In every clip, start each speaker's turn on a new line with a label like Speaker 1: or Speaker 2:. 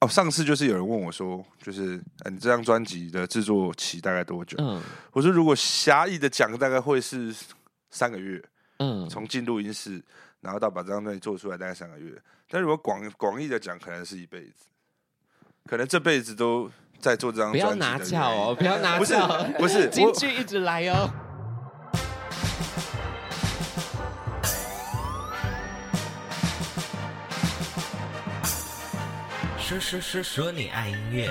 Speaker 1: 哦，上次就是有人问我说，就是、呃你这张专辑的制作期大概多久？
Speaker 2: 嗯
Speaker 1: 我说如果狭义的讲，大概会是三个月，
Speaker 2: 嗯，
Speaker 1: 从进录音室，然后到把这张专辑做出来，大概三个月。但如果广广义的讲，可能是一辈子，可能这辈子都在做这张
Speaker 2: 不要
Speaker 1: 专辑
Speaker 2: 拿
Speaker 1: 的原因。
Speaker 2: 翘 哦，不要拿
Speaker 1: 不是
Speaker 2: 翘，
Speaker 1: 不 是
Speaker 2: 京
Speaker 1: 我
Speaker 2: 剧一直来哦。
Speaker 3: 说说说说你爱音乐，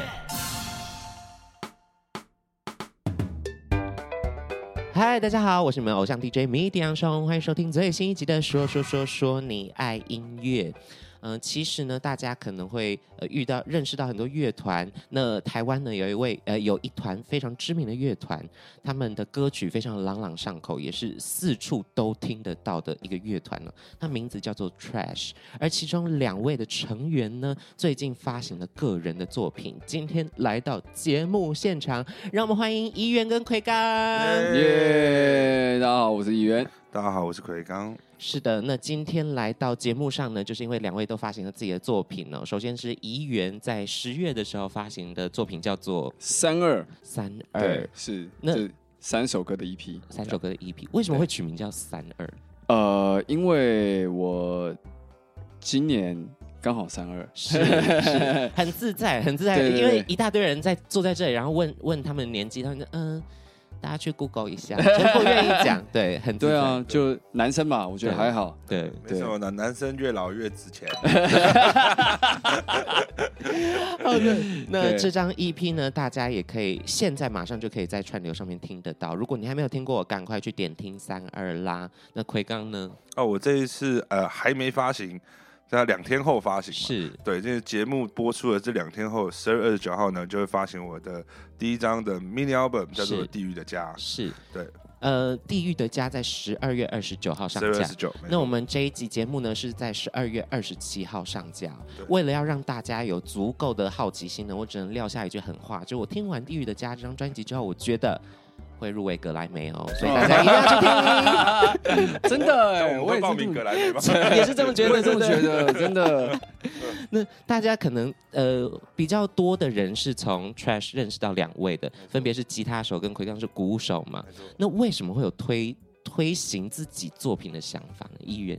Speaker 2: 嗨，大家好，我是你们偶像 DJ 米迪杨松，欢迎收听最新一集的《说说说说你爱音乐》。嗯、其实呢，大家可能会呃遇到认识到很多乐团。那台湾呢，有一位呃有一团非常知名的乐团，他们的歌曲非常朗朗上口，也是四处都听得到的一个乐团呢。它名字叫做 Trash，而其中两位的成员呢，最近发行了个人的作品。今天来到节目现场，让我们欢迎怡园跟奎刚。
Speaker 4: 耶大家好，我是议员。
Speaker 1: 大家好，我是奎刚。
Speaker 2: 是的，那今天来到节目上呢，就是因为两位都发行了自己的作品呢、首先是怡园在十月的时候发行的作品叫做《
Speaker 4: 三二，
Speaker 2: 三二
Speaker 4: 对，》，是
Speaker 2: 那
Speaker 4: 这三首歌的 E EP，
Speaker 2: 三首歌的 EP，为什么会取名叫三 二？
Speaker 4: 呃，因为我今年刚好三二，
Speaker 2: 是是很自在，很自在，
Speaker 4: 对对对
Speaker 2: 因为一大堆人在坐在这里，然后问问他们年纪，他们就嗯，大家去 Google 一下，就不愿意 讲，对，很自在
Speaker 4: 对啊，就男生嘛，我觉得
Speaker 2: 对
Speaker 4: 还好。
Speaker 2: 对。
Speaker 1: 没什么的，男生越老越值 钱。
Speaker 2: 那
Speaker 4: 对
Speaker 2: 这张 EP 呢，大家也可以现在马上就可以在串流上面听得到。如果你还没有听过，赶快去点听三二啦。那奎刚呢？
Speaker 1: 哦，我这一次呃还没发行，在两天后发行嘛。
Speaker 2: 是
Speaker 1: 对，这个节目播出的这两天后，十二月二十九号呢，就会发行我的第一张的 mini album，叫做
Speaker 2: 是
Speaker 1: 《地狱的家》，
Speaker 2: 是，
Speaker 1: 对，
Speaker 2: 呃，《地狱的家》在十二月二十九号上
Speaker 1: 十二月二
Speaker 2: 架
Speaker 1: 十。九。没
Speaker 2: 那
Speaker 1: 错
Speaker 2: 我们这一集节目呢是在十二月二十七号上架
Speaker 1: 对。
Speaker 2: 为了要让大家有足够的好奇心呢，我只能撂下一句狠话，就我听完《地狱的家》这张专辑之后，我觉得会入围格莱美哦，所以大家一定要去听。
Speaker 4: 真 的
Speaker 1: 但
Speaker 4: 欸，
Speaker 1: 我们
Speaker 4: 我
Speaker 1: 会
Speaker 4: 也
Speaker 1: 报
Speaker 4: 是
Speaker 1: 名格
Speaker 4: 这么
Speaker 1: 莱美吗？
Speaker 4: 也是这么觉得，这么觉得，真的。
Speaker 2: 那大家可能呃比较多的人是从 Trash 认识到两位的，分别是吉他手跟奎刚是鼓手嘛。
Speaker 1: 没错
Speaker 2: 那为什么会有推推行自己作品的想法呢？议员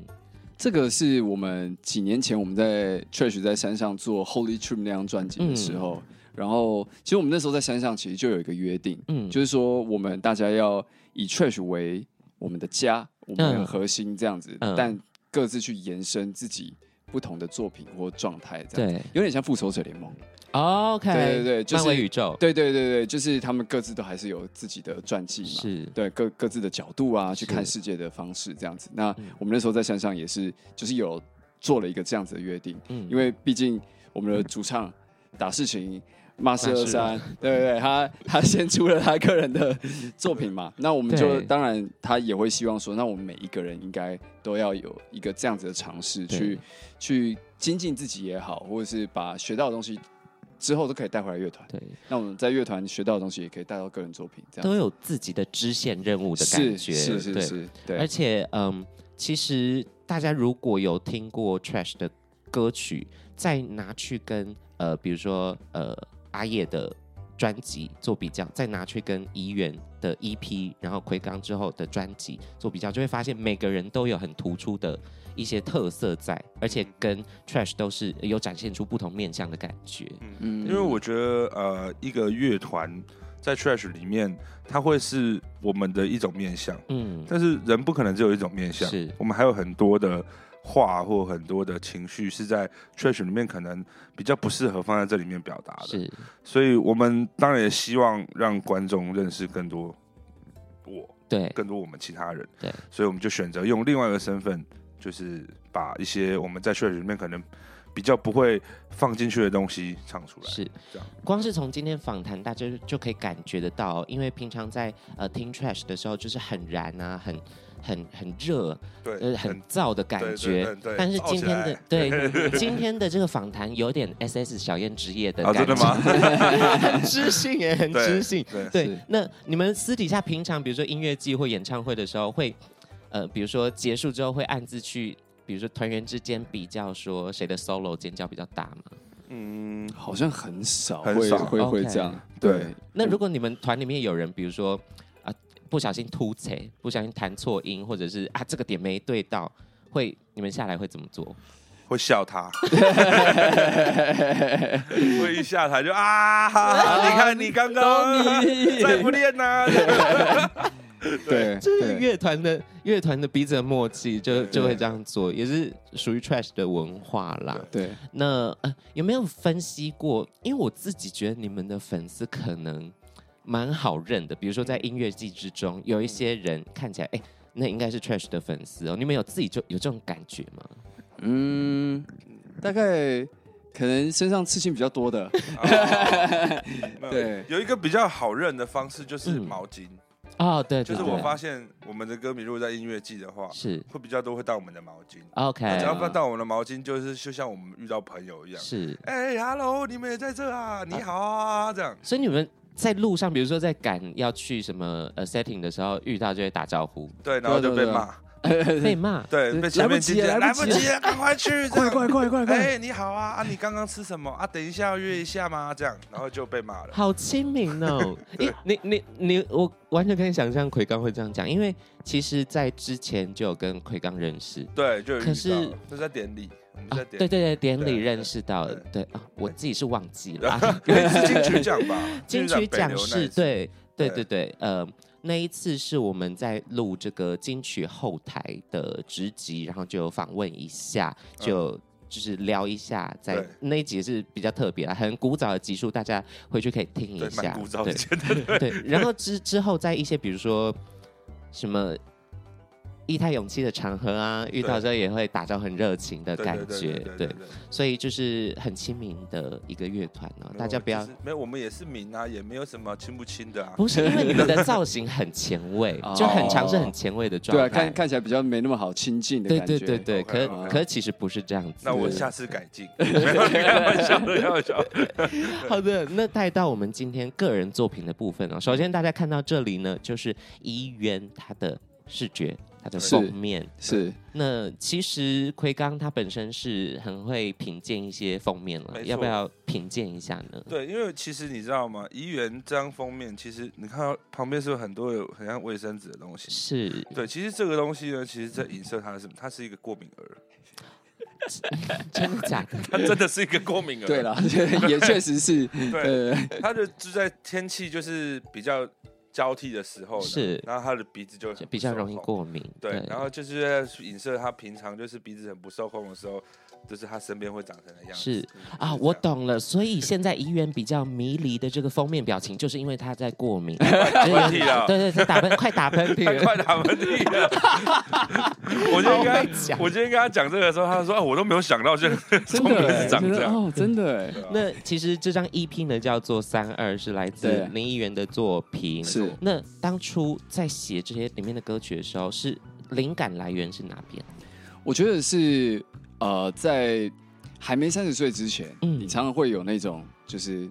Speaker 4: 这个是我们几年前我们在 Trash 在山上做 Holy Trim 那张专辑的时候，然后其实我们那时候在山上其实就有一个约定，
Speaker 2: 嗯
Speaker 4: 嗯，就是说我们大家要以 Trash 为我们的家，我们的核心这样子，
Speaker 2: 嗯
Speaker 4: 但各自去延伸自己不同的作品或状态，这样子
Speaker 2: 对哦
Speaker 4: 有点像复仇者联盟，
Speaker 2: ，OK，
Speaker 4: 对对对就是
Speaker 2: 漫威宇宙
Speaker 4: 对对对对，就是他们各自都还是有自己的传记嘛，
Speaker 2: 是
Speaker 4: 对各各自的角度啊，去
Speaker 2: 是嗯
Speaker 4: 看世界的方式这样子。那我们那时候在山上也是，就是有做了一个这样子的约定，
Speaker 2: 嗯
Speaker 4: 因为毕竟我们的主唱打事情。马四
Speaker 2: 马
Speaker 4: 二
Speaker 2: 氏
Speaker 4: 三，对对对，他他先出了他个人的作品嘛，那我们就
Speaker 2: 对
Speaker 4: 当然他也会希望说，那我们每一个人应该都要有一个这样子的尝试，
Speaker 2: 对
Speaker 4: 去去精进自己也好，或者是把学到的东西之后都可以带回来乐团。
Speaker 2: 对，
Speaker 4: 那我们在乐团学到的东西也可以带到个人作品，这样
Speaker 2: 都有自己的支线任务的感
Speaker 4: 是
Speaker 2: 觉，
Speaker 4: 是是
Speaker 2: 对
Speaker 4: 是，对，
Speaker 2: 而且，嗯，其实大家如果有听过 Trash 的歌曲，再拿去跟呃，比如说呃阿叶的专辑做比较，再拿去跟怡园的 EP，然后奎刚之后的专辑做比较，就会发现每个人都有很突出的一些特色在，而且跟 Trash 都是有展现出不同面向的感觉。
Speaker 4: 嗯
Speaker 1: 因为我觉得呃，一个乐团在 trash 里面，它会是我们的一种面相，
Speaker 2: 嗯，
Speaker 1: 但是人不可能只有一种面相，
Speaker 2: 是
Speaker 1: 我们还有很多的。话或很多的情绪是在 trash 里面可能比较不适合放在这里面表达的，
Speaker 2: 是
Speaker 1: 所以我们当然也希望让观众认识更多我，
Speaker 2: 对，
Speaker 1: 更多我们其他人。
Speaker 2: 对，
Speaker 1: 所以我们就选择用另外一个身份，就是把一些我们在 t r 里面可能比较不会放进去的东西唱出来。
Speaker 2: 是
Speaker 1: 这样
Speaker 2: 光是从今天访谈，大家就就可以感觉得到，因为平常在呃听 trash 的时候，就是很燃啊，很很很热，
Speaker 1: 对，
Speaker 2: 呃，很燥的感
Speaker 1: 对对
Speaker 2: 觉。
Speaker 1: 对对
Speaker 2: 但是
Speaker 1: 燥
Speaker 2: 今
Speaker 1: 起
Speaker 2: 天
Speaker 1: 来
Speaker 2: 的对 今天的这个访谈有点 S S 小燕之夜的
Speaker 1: 啊，
Speaker 2: 感觉，
Speaker 1: 真的吗？？
Speaker 2: 很 知 性耶，很
Speaker 1: 对
Speaker 2: 知 性。
Speaker 1: 对
Speaker 2: 对
Speaker 4: 是，
Speaker 2: 那你们私底下平常，比如说音乐季或演唱会的时候，会呃，比如说结束之后会暗自去，比如说团员之间比较说谁的 solo 尖叫比较大吗？
Speaker 1: 嗯，
Speaker 4: 好像很少
Speaker 1: 很
Speaker 4: 会
Speaker 1: 少
Speaker 4: 会会
Speaker 2: OK
Speaker 4: 这样。
Speaker 1: 对
Speaker 4: 对，
Speaker 2: 那如果你们团里面有人，比如说啊，不小心突贼，不小心弹错音，或者是啊这个点没对到，会你们下来会怎么做？
Speaker 1: 会笑 他，会一下台就啊， 你看你刚刚再不练啊哦呐、
Speaker 4: 对
Speaker 2: 这是
Speaker 4: 对
Speaker 2: 乐团的乐团的逼着默契，就就会这样做，也是属于 trash 的文化啦。
Speaker 4: 对，
Speaker 2: 那、呃、有没有分析过？因为我自己觉得你们的粉丝可能蛮好认的，比如说在音乐季之中，有一些人看起来，哎、那应该是 trash 的粉丝哦。你们有自己就有这种感觉吗？
Speaker 4: 嗯，大概可能身上刺青比较多 的，
Speaker 1: 哦
Speaker 4: 对
Speaker 1: 有一个比较好认的方式就是
Speaker 2: 嗯
Speaker 1: 毛巾，
Speaker 2: 哦，对
Speaker 1: 就
Speaker 2: 对
Speaker 1: 是
Speaker 2: 对，
Speaker 1: 我发现我们的歌迷如果在音乐季的话，
Speaker 2: 是
Speaker 1: 会比较多会带我们的毛巾。
Speaker 2: OK，
Speaker 1: 只要不带我们的毛巾，就是就像我们遇到朋友一样，
Speaker 2: 是，
Speaker 1: 哎、h e l l o 你们也在这啊，你好啊，这样。
Speaker 2: 所以你们在路上，比如说在赶要去什么呃 setting 的时候，遇到就会打招呼，
Speaker 1: 对，然后就被骂，
Speaker 2: 被骂。
Speaker 1: 对，被前面经纪人
Speaker 4: 来
Speaker 1: 来
Speaker 4: 不
Speaker 1: 不
Speaker 4: 及了
Speaker 1: 及了，赶快去，这
Speaker 4: 快
Speaker 1: 样
Speaker 4: 快快快
Speaker 1: 哎、
Speaker 4: 快！
Speaker 1: 你好啊，啊，你刚刚吃什么啊？等一下要约一下吗？这样，然后就被骂了。
Speaker 2: 好亲民 哦！你你你你，我完全可以想象奎刚会这样讲，因为其实，在之前就有跟奎刚认识
Speaker 1: 对，就有遇到
Speaker 2: 可是
Speaker 1: 这是在典礼，我们
Speaker 2: 啊
Speaker 1: 在，典
Speaker 2: 对对
Speaker 1: 礼，
Speaker 2: 对，典
Speaker 1: 对
Speaker 2: 礼
Speaker 1: 对
Speaker 2: 认识到的，对啊，我自己是忘记了啊，
Speaker 1: 对，是金曲奖吧？
Speaker 2: 金曲奖是，
Speaker 1: 北流
Speaker 2: 对对对
Speaker 1: 对
Speaker 2: 对，呃，那一次是我们在录这个金曲后台的直击，然后就有访问一下，
Speaker 1: 嗯
Speaker 2: 就、就是聊一下，在
Speaker 1: 对
Speaker 2: 那一集是比较特别啦，很古早的集数，大家回去可以听
Speaker 1: 那
Speaker 2: 一
Speaker 1: 一次对，
Speaker 2: 下
Speaker 1: 蛮古早。
Speaker 2: 对
Speaker 1: 的，真的。
Speaker 2: 对，然后之之后在一些比如说什么。一太勇气的场合啊，遇到之后也会打造很热情的
Speaker 1: 对
Speaker 2: 感
Speaker 1: 对
Speaker 2: 觉，对
Speaker 1: 对，对
Speaker 2: 所以就是很亲民的一个乐团哦，大家不要
Speaker 1: 没有我们只是没有，我们也是民啊，也没有什么亲不亲的啊。
Speaker 2: 不是因为你们的造型很前卫
Speaker 4: 哦，
Speaker 2: 就很常是很前卫的状
Speaker 4: 对
Speaker 2: 态。
Speaker 4: 啊，看看起来比较没那么好亲近的
Speaker 2: 对
Speaker 4: 感觉。
Speaker 2: 对对对，可
Speaker 1: OK，OK
Speaker 2: 可其实不是这样子。
Speaker 1: 那我 下次改 进，没有开玩笑的，开玩笑。
Speaker 2: 好的，那带到我们今天个人作品的部分哦。首先大家看到这里呢，就是一元它的视觉，它的
Speaker 4: 是
Speaker 2: 封面。
Speaker 4: 是
Speaker 2: 那其实奎刚他本身是很会品鉴一些封面
Speaker 1: 没
Speaker 2: 了，
Speaker 1: 错
Speaker 2: 要不要品鉴一下呢？
Speaker 1: 对，因为其实你知道吗？怡园这张封面，其实你看到旁边是不是很多有很像卫生纸的东西？
Speaker 2: 是
Speaker 1: 对，其实这个东西呢，其实在影射它是什么？它是一个过敏儿，
Speaker 2: 真的假的？
Speaker 1: 它真的是一个过敏儿。
Speaker 4: 对啦， 也确实是，
Speaker 1: 对，
Speaker 4: 呃，
Speaker 1: 它的就在天气就是比较交替的时候呢，
Speaker 2: 是
Speaker 1: 然后它的鼻子就
Speaker 2: 就
Speaker 1: 很
Speaker 2: 比较
Speaker 1: 不受
Speaker 2: 容易
Speaker 1: 控。
Speaker 2: 过敏。
Speaker 1: 对，然后就是在影射他平常就是鼻子很不受控的时候，就是他身边会长成的样子。
Speaker 2: 是
Speaker 1: 嗯
Speaker 2: 啊，
Speaker 1: 就是
Speaker 2: 我
Speaker 1: 这样
Speaker 2: 懂了。所以现在怡园比较迷离的这个封面表情，就是因为他在 过敏。对
Speaker 1: 嚏了
Speaker 2: 对对，打喷，快打喷 嚏
Speaker 1: 太
Speaker 2: 了。
Speaker 1: 快打喷嚏了！ 我今天跟
Speaker 2: 好会
Speaker 1: 他
Speaker 2: 讲
Speaker 1: 我今天跟他讲这个的时候，他说：“啊，我都没有想到这个
Speaker 4: 真
Speaker 1: 中文
Speaker 4: 的
Speaker 1: 是长
Speaker 4: 觉
Speaker 1: 这
Speaker 4: 得
Speaker 1: 样。
Speaker 4: 哦，真的 哎，
Speaker 1: 对啊
Speaker 2: 那其实这张 EP 呢叫做《三二》，是来自
Speaker 4: 对
Speaker 2: 林议员的作品。
Speaker 4: 是
Speaker 2: 那当初在写这些里面的歌曲的时候，是灵感来源是哪边？
Speaker 4: 我觉得是呃，在还没三十岁之前，
Speaker 2: 嗯
Speaker 4: 你常常会有那种就是，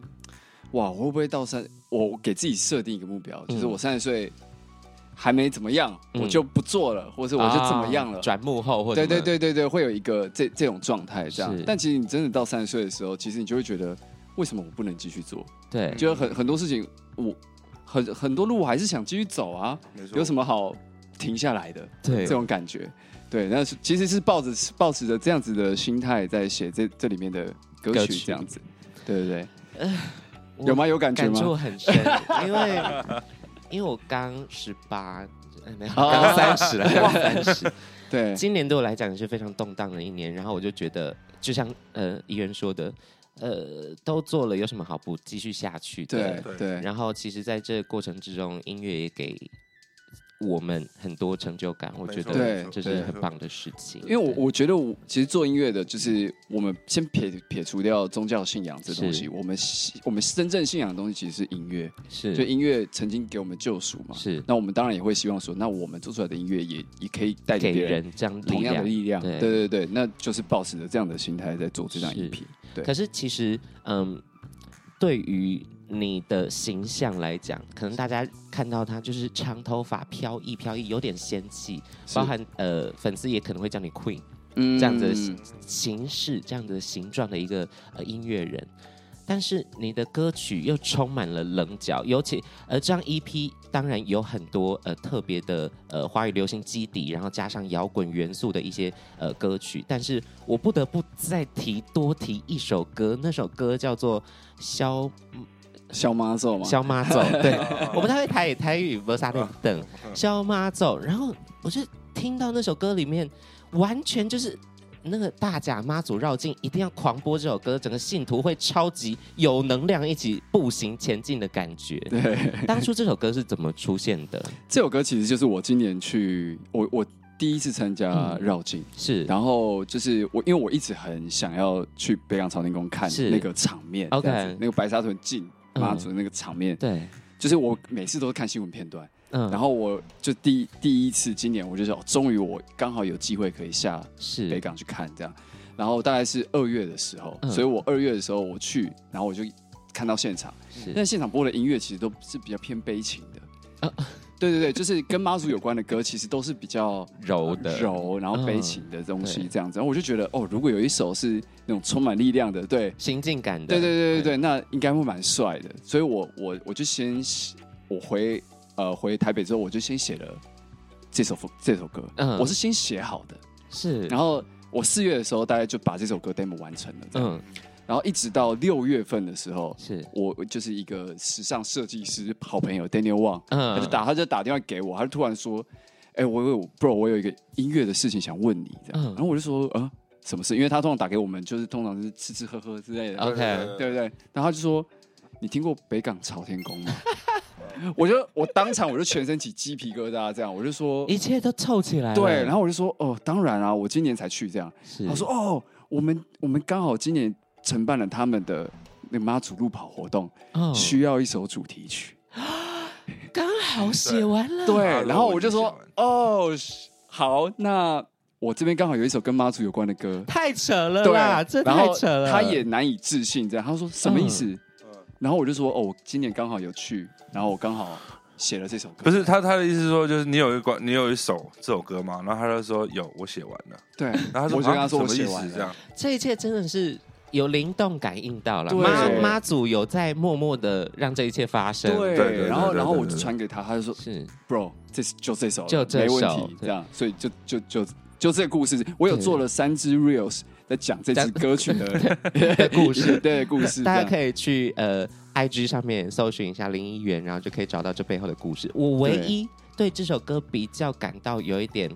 Speaker 4: 哇，我会不会到三？我给自己设定一个目标，就是我三十岁还没怎么样，
Speaker 2: 嗯
Speaker 4: 我就不做了，或者我就怎么样了。
Speaker 2: 啊转幕后或者
Speaker 4: 对对对对对，会有一个这这种状态这样
Speaker 2: 是。
Speaker 4: 但其实你真的到三十岁的时候，其实你就会觉得，为什么我不能继续做？
Speaker 2: 对，
Speaker 4: 就很很多事情，我很很多路我还是想继续走啊，
Speaker 1: 没错
Speaker 4: 有什么好停下来的？
Speaker 2: 对
Speaker 4: 这种感觉。对，那是其实是抱着抱持着这样子的心态在写这这里面的歌
Speaker 2: 歌
Speaker 4: 曲，
Speaker 2: 曲
Speaker 4: 这样子。对对对，
Speaker 2: 我
Speaker 4: 有吗？有感觉
Speaker 2: 感触
Speaker 4: 吗？
Speaker 2: 很 深，因为因为我刚十八，哎没有
Speaker 4: 哦
Speaker 2: 刚三 十了，刚三十。
Speaker 4: 对，
Speaker 2: 今年对我来讲也是非常动荡的一年，然后我就觉得，就像呃怡人说的，呃，都做了，有什么好不继续下去
Speaker 4: 对
Speaker 2: 的？
Speaker 1: 对
Speaker 4: 对，
Speaker 2: 然后其实，在这个过程之中，音乐也给我们很多成就感，我觉
Speaker 1: 没错
Speaker 4: 对
Speaker 2: 得这
Speaker 4: 对
Speaker 2: 是很棒的事情。
Speaker 4: 因为我
Speaker 2: 对
Speaker 4: 我觉得我其实做音乐的，就是我们先撇撇除掉宗教信仰这东西，
Speaker 2: 是
Speaker 4: 我们信我们真正信仰的东西其实是音乐，就是音乐曾经给我们救赎嘛。
Speaker 2: 是
Speaker 4: 那我们当然也会希望说，那我们做出来的音乐也也可以带给
Speaker 2: 给
Speaker 4: 别人
Speaker 2: 人这样
Speaker 4: 同样的力量。
Speaker 2: 对
Speaker 4: 对对对，那就是抱持着这样的心态在做这张
Speaker 2: 是
Speaker 4: EP。对
Speaker 2: 可是其实，嗯，对于你的形象来讲，可能大家看到他就是长头发飘逸飘逸，有点仙气，
Speaker 4: 是
Speaker 2: 包含呃粉丝也可能会叫你 Queen，
Speaker 4: 嗯
Speaker 2: 这样子的形式、这样的形状的一个呃音乐人，但是你的歌曲又充满了棱角，尤其呃这张 EP 当然有很多呃特别的呃华语流行基底，然后加上摇滚元素的一些呃歌曲，但是我不得不再提多提一首歌，那首歌叫做《肖
Speaker 4: 小马走嘛，
Speaker 2: 肖妈走》，对，
Speaker 1: 啊
Speaker 2: 我不太会台语，台语不啥的等肖妈走，然后我就听到那首歌里面，完全就是那个大甲妈祖绕境，一定要狂播这首歌，整个信徒会超级有能量，一起步行前进的感觉。
Speaker 4: 对，
Speaker 2: 当初这首歌是怎么出现的？
Speaker 4: 这首歌其实就是我今年去我我第一次参加
Speaker 2: 嗯
Speaker 4: 绕境，
Speaker 2: 是
Speaker 4: 然后就是我因为我一直很想要去北港朝天宫看
Speaker 2: 是
Speaker 4: 那个场面
Speaker 2: OK
Speaker 4: 这样子那个白沙屯进
Speaker 2: 嗯
Speaker 4: 妈祖的那个场面，
Speaker 2: 对，
Speaker 4: 就是我每次都是看新闻片段，
Speaker 2: 嗯
Speaker 4: 然后我就第第一次今年我就说，哦终于我刚好有机会可以下
Speaker 2: 是
Speaker 4: 北港去看这样，然后大概是二月的时候，
Speaker 2: 嗯
Speaker 4: 所以我二月的时候我去，然后我就看到现场。
Speaker 2: 是
Speaker 4: 但现场播的音乐其实都是比较偏悲情的。
Speaker 2: 啊
Speaker 4: 对对对，就是跟妈祖有关的歌，其实都是比较
Speaker 2: 柔的
Speaker 4: 柔，然后悲情的东
Speaker 2: 嗯
Speaker 4: 西
Speaker 2: 对
Speaker 4: 这样子。然后我就觉得，哦，如果有一首是那种充满力量的，对，
Speaker 2: 行进感的，
Speaker 4: 对对对对对，那应该会蛮帅的。所以我我我就先我回呃回台北之后，我就先写了这首这首歌，
Speaker 2: 嗯
Speaker 4: 我是先写好的，
Speaker 2: 是，
Speaker 4: 然后我四月的时候大概就把这首歌 demo 完成了，嗯，
Speaker 2: 嗯
Speaker 4: 然后一直到六月份的时候，
Speaker 2: 是
Speaker 4: 我就是一个时尚设计师好朋友 Daniel Wang，
Speaker 2: 嗯
Speaker 4: 他就打他就打电话给我，他就突然说：“哎、我有 bro，我有一个音乐的事情想问你。”这样，
Speaker 2: 嗯
Speaker 4: 然后我就说：“啊，什么事？”因为他通常打给我们就是通常是吃吃喝喝之类的，
Speaker 1: 啊嗯
Speaker 2: OK
Speaker 4: 对不对？然后他就说：“你听过北港朝天宫 吗？”我就我当场我就全身起鸡皮疙瘩，这样我就说
Speaker 2: 一切都凑起来了，
Speaker 4: 对，然后我就说哦，当然啊，我今年才去这样。
Speaker 2: 是
Speaker 4: 他说：“哦，我们我们刚好今年承办了他们的那妈祖路跑活动，
Speaker 1: 嗯
Speaker 2: 哦
Speaker 4: 需要一首主题曲。
Speaker 2: 刚好写完了，
Speaker 4: 对，
Speaker 1: 啊
Speaker 4: 然后我就
Speaker 1: 那
Speaker 4: 说
Speaker 1: 我理：“
Speaker 4: 哦，是好，那我这边刚好有一首跟妈祖有关的歌。
Speaker 2: 太扯了
Speaker 4: 对
Speaker 2: 啦，这，
Speaker 4: 然
Speaker 2: 太
Speaker 4: 后
Speaker 2: 扯了。
Speaker 4: 他也难以置信，这样他说什么意思？
Speaker 1: 嗯
Speaker 4: 然后我就说：“哦，我今年刚好有去，然后我刚好写了这首歌。”
Speaker 1: 不是他他的意思是说，就是你有一关，你有一首这首歌吗？然后他就说有，我写完了。
Speaker 4: 对，
Speaker 1: 然后他说
Speaker 4: 我就跟
Speaker 1: 啊
Speaker 4: 他说我
Speaker 1: 什么
Speaker 4: 写
Speaker 1: 意
Speaker 4: 完
Speaker 1: 思这样
Speaker 4: 了，，
Speaker 2: 这一切真的是有灵动感应到了，
Speaker 4: 对
Speaker 2: 妈妈祖有在默默的让这一切发生，
Speaker 1: 对对对
Speaker 4: 然后
Speaker 1: 对
Speaker 4: 然后
Speaker 1: 对
Speaker 4: 我就
Speaker 1: 对
Speaker 4: 传给他，他就说
Speaker 2: 是
Speaker 4: bro，这是就这首了，
Speaker 2: 就这首
Speaker 4: 没问题，
Speaker 2: 对
Speaker 4: 这样，所以就就就就这个故事，我有做了三支 reels 在讲这支歌曲 的
Speaker 2: 的故事，
Speaker 4: 对故 事，
Speaker 2: 大家
Speaker 4: 以
Speaker 2: 可以去呃 IG 上面搜寻一下林一元，然后就可以找到这背后的故事。我唯一对这首歌比较感到有一点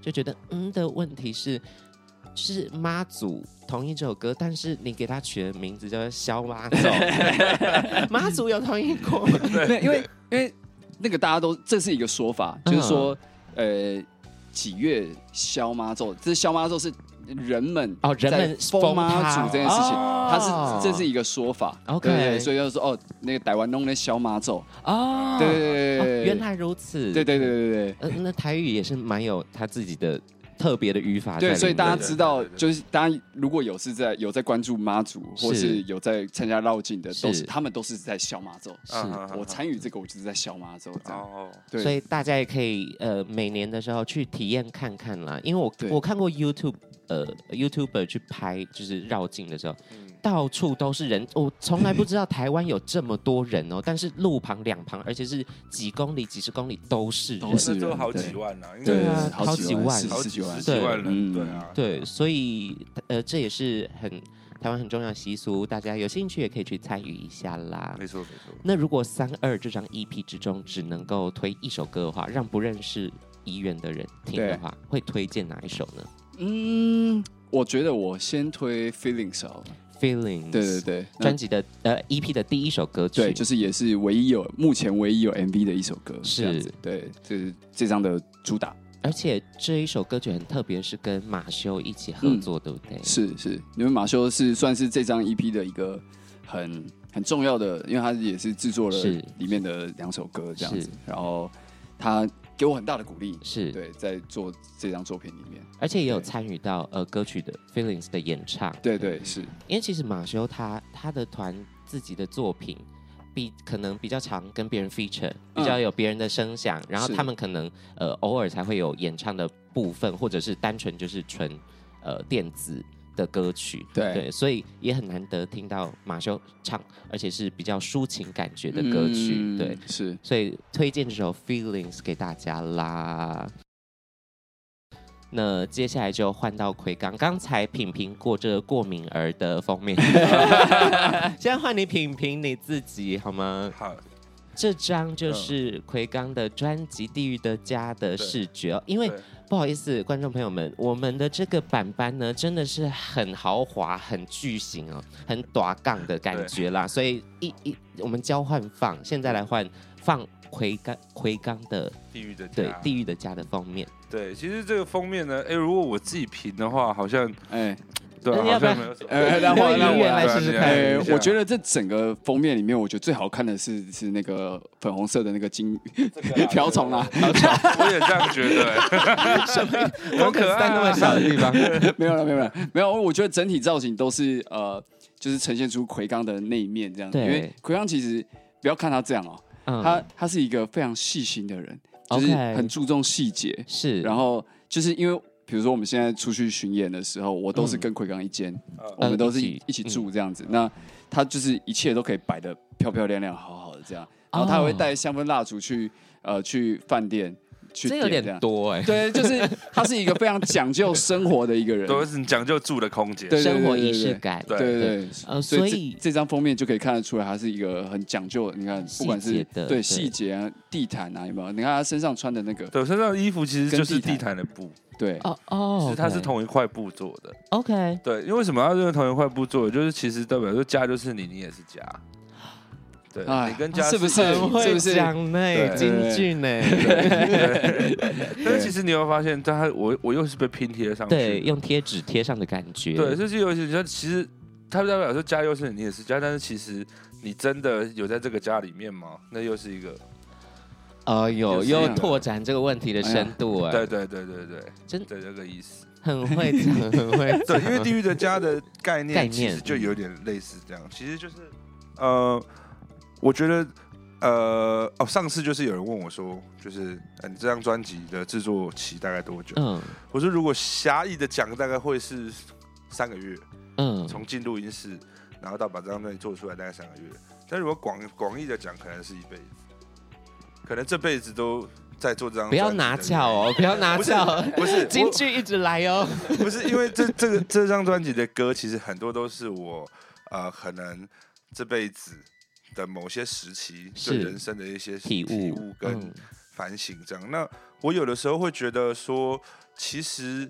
Speaker 2: 就觉得嗯的问题是，就是妈祖同意这首歌，但是你给他取的名字叫做肖妈 祖，妈祖有同意过吗？
Speaker 4: 没有，因为因为那个大家都这是一个说法，
Speaker 2: 嗯
Speaker 4: 就是说，呃，几月消妈咒，这消妈咒是人们
Speaker 2: 哦人们
Speaker 4: 在封妈祖这件事情，
Speaker 2: 哦
Speaker 4: 它是这是一个说法
Speaker 2: OK
Speaker 4: 对对对所以就说哦，那个台湾弄那消妈咒，
Speaker 2: 哦，
Speaker 4: 对对对对对
Speaker 2: 哦，原来如此。
Speaker 4: 对对对对对。
Speaker 2: 呃，那台语也是蛮有他自己的特别的语法啊在里面的。
Speaker 4: 对，所以大家
Speaker 1: 对对
Speaker 4: 知道
Speaker 1: 对，对
Speaker 4: 就是大家如果有是在有在关注妈祖，
Speaker 2: 是
Speaker 4: 或是有在参加绕境的，
Speaker 2: 是
Speaker 4: 都是他们都是在消妈咒。
Speaker 1: 啊
Speaker 2: 是
Speaker 4: 我参与这个，我就是在消妈咒这样。
Speaker 1: 哦，
Speaker 4: 啊对，
Speaker 2: 所以大家也可以呃每年的时候去体验看看啦，因为我
Speaker 4: 对
Speaker 2: 我看过 YouTube 呃 YouTuber 去拍就是绕境的时候，
Speaker 1: 嗯
Speaker 2: 到处都是人，我从来不知道台湾有这么多人哦，但是路旁两旁，而且是几公里几十公里都是人
Speaker 4: 都，是
Speaker 1: 那都
Speaker 4: 人
Speaker 1: 好
Speaker 4: 对
Speaker 1: 几万呢，应该
Speaker 4: 对
Speaker 2: 对啊
Speaker 1: 是
Speaker 2: 好几万
Speaker 4: 十
Speaker 1: 好
Speaker 4: 十几万
Speaker 1: 十，几万人，
Speaker 4: 对嗯
Speaker 1: 对啊，
Speaker 2: 对，所以呃这也是很台湾很重要的习俗，大家有兴趣也可以去参与一下啦。
Speaker 1: 没错没错。
Speaker 2: 那如果三二这张 EP 之中只能够推一首歌的话，让不认识怡园的人听的话，会推荐哪一首呢
Speaker 4: 嗯，我觉得我先推 Feelings 好了。
Speaker 2: ？Feelings，
Speaker 4: 对对，对，那
Speaker 2: 嗯专辑的呃 EP 的第一首歌曲，
Speaker 4: 对，就是也是唯一有目前唯一有 MV 的一首歌，
Speaker 2: 是
Speaker 4: 这样子。对，就是这张的主打。
Speaker 2: 而且这一首歌曲很特别，是跟马修一起合
Speaker 4: 嗯
Speaker 2: 作，对不对？
Speaker 4: 是是，因为马修是算是这张 EP 的一个很很重要的，因为他也是制作了
Speaker 2: 是
Speaker 4: 里面的两首歌这样
Speaker 2: 是
Speaker 4: 子，然后他给我很大的鼓励，
Speaker 2: 是，
Speaker 4: 对，在做这张作品里面，
Speaker 2: 而且也有
Speaker 4: 对
Speaker 2: 参与到呃歌曲的 Feelings 的演唱，
Speaker 4: 对对是，
Speaker 2: 因为其实马修他他的团自己的作品比可能比较常跟别人 feature，比较有别人的声响，然后
Speaker 4: 嗯是
Speaker 2: 他们可能呃偶尔才会有演唱的部分，或者是单纯就是纯呃电子的歌曲，
Speaker 4: 对
Speaker 2: 所以也很难得听到马修唱，而且是比较抒情感觉的歌曲，
Speaker 4: 嗯
Speaker 2: 对，
Speaker 4: 是
Speaker 2: 所以推荐这首《Feelings》给大家啦。那接下来就换到奎刚，刚才品评过这个过敏儿的封面，现在换你品评你自己好吗？
Speaker 1: 好，
Speaker 2: 这张就是奎刚的专辑《地狱的家》的视觉哦，因为
Speaker 1: 对
Speaker 2: 不好意思，观众朋友们，我们的这个板板呢，真的是很豪华、很巨型哦，很短杠的感觉啦，所以一一我们交换放，现在来换放奎刚奎刚的
Speaker 1: 地狱的家
Speaker 2: 对《地狱的家》的封面，
Speaker 1: 对，其实这个封面呢，哎，如果我自己评的话，好像
Speaker 4: 哎
Speaker 1: 对啊，
Speaker 2: 那要
Speaker 1: 好
Speaker 2: 呃不
Speaker 1: 像没
Speaker 2: 然
Speaker 1: 有什么。
Speaker 4: 哎，让
Speaker 2: 那
Speaker 4: 我
Speaker 2: 个
Speaker 4: 让
Speaker 2: 音
Speaker 4: 我
Speaker 2: 乐来试试
Speaker 1: 对
Speaker 2: 看
Speaker 1: 啊
Speaker 4: 哎
Speaker 1: 对啊，
Speaker 4: 我觉得这整个封面里面，我觉得最好看的是是那个粉红色的那个金 瓢虫啊啦，
Speaker 1: 我也这样觉得、哎
Speaker 2: 我可
Speaker 1: 爱啊
Speaker 2: 在那么小的地方，
Speaker 4: 没有了，没有了，没有。我觉得整体造型都是呃，就是呈现出奎刚的那一面这样子。
Speaker 2: 对
Speaker 4: 因为奎刚其实不要看他这样哦、
Speaker 2: 嗯
Speaker 4: 他他是一个非常细心的人，就是
Speaker 2: OK
Speaker 4: 很注重细节。
Speaker 2: 是，
Speaker 4: 然后就是因为比如说我们现在出去巡演的时候，我都是
Speaker 2: 嗯
Speaker 4: 跟奎刚一间，
Speaker 1: 嗯
Speaker 4: 我们都是
Speaker 2: 一
Speaker 4: 一
Speaker 2: 起嗯
Speaker 4: 一起住这样子。那他就是一切都可以摆的漂漂亮亮、好好的这
Speaker 2: 哦
Speaker 4: 样。然后他还会带香氛蜡烛去呃去饭店去
Speaker 2: 这
Speaker 4: 点
Speaker 2: 有
Speaker 4: 这样
Speaker 2: 点。多哎、
Speaker 4: 对，就是他是一个非常讲究生活的一个 人，
Speaker 1: 都是讲究住的空间。
Speaker 4: 对
Speaker 2: 生活仪式感，
Speaker 1: 对
Speaker 4: 对对，
Speaker 2: 呃，
Speaker 4: 所
Speaker 2: 所
Speaker 4: 以
Speaker 2: 以
Speaker 4: 这这张封面就可以看得出来，它是一个很讲究的。你看，
Speaker 2: 细
Speaker 4: 不管是
Speaker 2: 节的对
Speaker 4: 对细节啊、地毯啊，有没有？你看他身上穿的那个，
Speaker 1: 对，我身上的衣服其实就是
Speaker 4: 跟
Speaker 1: 地
Speaker 4: 地
Speaker 1: 毯的布，
Speaker 4: 对，
Speaker 2: 哦
Speaker 1: 其
Speaker 2: 哦
Speaker 1: 实，它是同一块布做的。
Speaker 2: OK，
Speaker 1: 对，因为为什么要用同一块布做？就是其实代表说家就是你，你也是家。对，
Speaker 4: 哎
Speaker 1: 你跟家
Speaker 4: 是不是
Speaker 1: 一样
Speaker 2: 很
Speaker 1: 的
Speaker 4: 是
Speaker 2: 会
Speaker 4: 不是
Speaker 2: 讲呢，
Speaker 1: 对
Speaker 2: 京剧呢，
Speaker 1: 但是其实你有没有发现，它我我又是被拼贴上去。
Speaker 2: 对，用贴纸贴上的感觉，
Speaker 1: 对，就是有些人其实它代表说家又是你，你也是家，但是其实你真的有在这个家里面吗？那又是一个。
Speaker 2: 哦
Speaker 1: 就
Speaker 2: 呦，
Speaker 1: 是这
Speaker 2: 又
Speaker 1: 样
Speaker 2: 拓展这个问题的深度哎，
Speaker 1: 对对对对对，
Speaker 2: 真
Speaker 1: 对这个意思。
Speaker 2: 很会 讲，很会
Speaker 1: 对，
Speaker 2: 讲，
Speaker 1: 因为地狱的家的概
Speaker 2: 概
Speaker 1: 念
Speaker 2: 念
Speaker 1: 其实就有点类似这样，其实就是呃，我觉得呃哦，上次就是有人问我说，就是、呃、你这张专辑的制作期大概多久？
Speaker 2: 嗯
Speaker 1: 我说如果狭义的讲，大概会是三个月，
Speaker 2: 嗯，
Speaker 1: 从进录音室，然后到把这张专辑做出来，大概三个月。但如果广广义的讲，可能是一辈子，可能这辈子都在做这张专辑的人。
Speaker 2: 不要拿翘哦，不要拿
Speaker 1: 不是
Speaker 2: 翘哦，
Speaker 1: 不 是，
Speaker 2: 京剧一直来 哦，
Speaker 1: 不是因为这这个这张专辑的歌，其实很多都是我呃可能这辈子的某些时期
Speaker 2: 是
Speaker 1: 对人生的一些
Speaker 2: 体悟
Speaker 1: 悟跟
Speaker 2: 嗯
Speaker 1: 反省这样。那我有的时候会觉得说，其实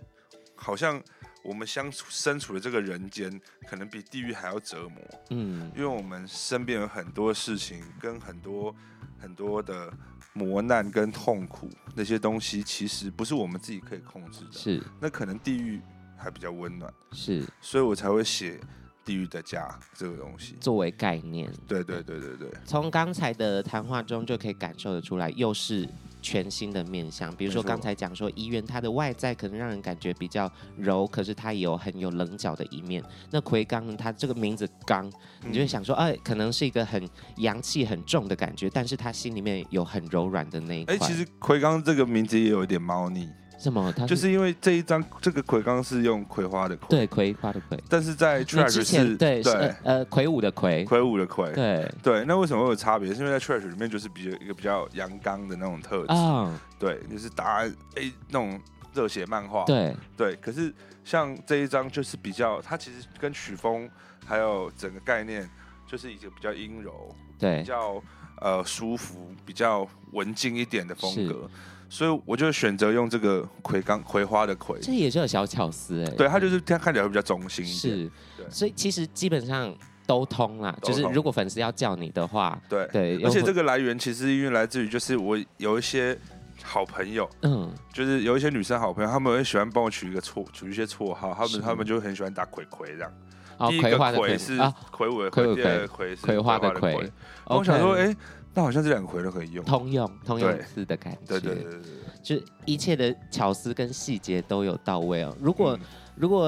Speaker 1: 好像我们相处身处的这个人间，可能比地狱还要折磨，
Speaker 2: 嗯
Speaker 1: 因为我们身边有很多事情跟很多很多的。磨难跟痛苦那些东西，其实不是我们自己可以控制的。
Speaker 2: 是
Speaker 1: 那可能地狱还比较温暖，
Speaker 2: 是
Speaker 1: 所以我才会写《地狱的家》这个东西。
Speaker 2: 作为概念，
Speaker 1: 对对对对对，
Speaker 2: 从刚才的谈话中就可以感受得出来，又是全新的面向。比如说
Speaker 1: 没错
Speaker 2: 刚才讲说医院它的外在可能让人感觉比较柔，可是它也有很有棱角的一面。那奎刚呢，它这个名字刚，你
Speaker 1: 嗯
Speaker 2: 就会想说，哎、可能是一个很阳气很重的感觉，但是他心里面有很柔软的那一块。
Speaker 1: 哎，其实奎刚这个名字也有一点猫腻，
Speaker 2: 什么，他
Speaker 1: 就是因为这一张这个奎刚是用葵花的葵，
Speaker 2: 对葵花的葵，
Speaker 1: 但是在
Speaker 2: 你
Speaker 1: trash
Speaker 2: 之前
Speaker 1: 是
Speaker 2: 对是呃呃魁梧的魁，
Speaker 1: 魁梧的魁。
Speaker 2: 对
Speaker 1: 对，那为什么会有差别？是因为在 trash 里面就是比较一个比较阳刚的那种特质，
Speaker 2: 啊
Speaker 1: 对，就是打哎那种热血漫画，
Speaker 2: 对
Speaker 1: 对，可是像这一张就是比较，它其实跟曲风还有整个概念，就是一个比较阴柔，比
Speaker 2: 对
Speaker 1: 较呃舒服、比较文静一点的风格，所以我就选择用这个葵刚葵花的葵，
Speaker 2: 这也是有小巧思哎、
Speaker 1: 对，它就是它看起来会比较中性一点，
Speaker 2: 是
Speaker 1: 对，
Speaker 2: 所以其实基本上都通啦。
Speaker 1: 都通
Speaker 2: 就是如果粉丝要叫你的话，
Speaker 1: 对。
Speaker 2: 对，
Speaker 1: 而且这
Speaker 2: 又会
Speaker 1: 个来源其实因为来自于就是我有一些好朋友，
Speaker 2: 嗯
Speaker 1: 就是有一些女生好朋友，她们会喜欢帮我取一个绰取一些绰号，她
Speaker 2: 是
Speaker 1: 们她们就很喜欢打葵葵这样。
Speaker 2: 哦
Speaker 1: 第一
Speaker 2: 葵
Speaker 1: 个
Speaker 2: 花的
Speaker 1: 葵
Speaker 2: 葵
Speaker 1: 是
Speaker 2: 啊，
Speaker 1: 葵舞的
Speaker 2: 葵
Speaker 1: 葵，
Speaker 2: 舞
Speaker 1: 第二个葵是
Speaker 2: 葵花的
Speaker 1: 葵
Speaker 2: 葵。
Speaker 1: 我想说，
Speaker 2: OK，
Speaker 1: 哎，那好像这两个葵都可以用。
Speaker 2: 通用通
Speaker 1: 对
Speaker 2: 用字的感觉，
Speaker 1: 对对对对对，
Speaker 2: 就是一切的巧思跟细节都有到位哦。如果
Speaker 1: 嗯
Speaker 2: 如果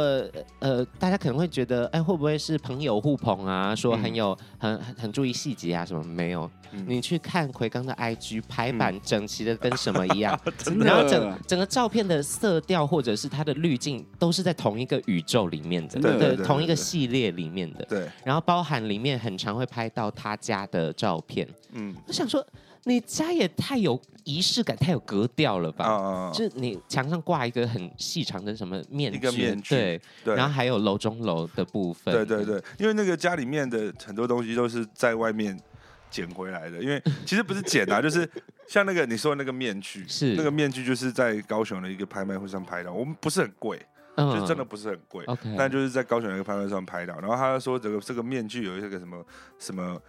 Speaker 2: 呃，大家可能会觉得，哎，会不会是朋友互捧啊？说很有、很很很注意细节啊什么？没有，
Speaker 1: 嗯
Speaker 2: 你去看奎刚的 IG 排版，整齐的跟什么一 样，
Speaker 4: 真
Speaker 2: 然后
Speaker 4: 的
Speaker 2: 整，整个照片的色调或者是它的滤镜，都是在同一个宇宙里面的，
Speaker 4: 真的对
Speaker 1: 对
Speaker 2: 同一个
Speaker 1: 对
Speaker 2: 系列里面的。
Speaker 1: 对，
Speaker 2: 然后包含里面很常会拍到他家的照片，
Speaker 1: 嗯，
Speaker 2: 我想说，你家也太有仪式感，太有格调了吧？
Speaker 1: 啊，
Speaker 2: 就是你墙上挂一个很细长的什么面具，
Speaker 1: 一个面具
Speaker 2: 对，
Speaker 1: 对，
Speaker 2: 然后还有楼中楼的部分，
Speaker 1: 对对，对，因为那个家里面的很多东西都是在外面捡回来的，因为其实不是捡 啊，就是像那个你说的那个面具，
Speaker 2: 是
Speaker 1: 那个面具就是在高雄的一个拍卖会上拍到，我们不是很贵，
Speaker 2: 嗯
Speaker 1: 就真的不是很贵，
Speaker 2: OK，
Speaker 1: 但就是在高雄的一个拍卖会上拍到，然后他说这个这个面具有一个什么什么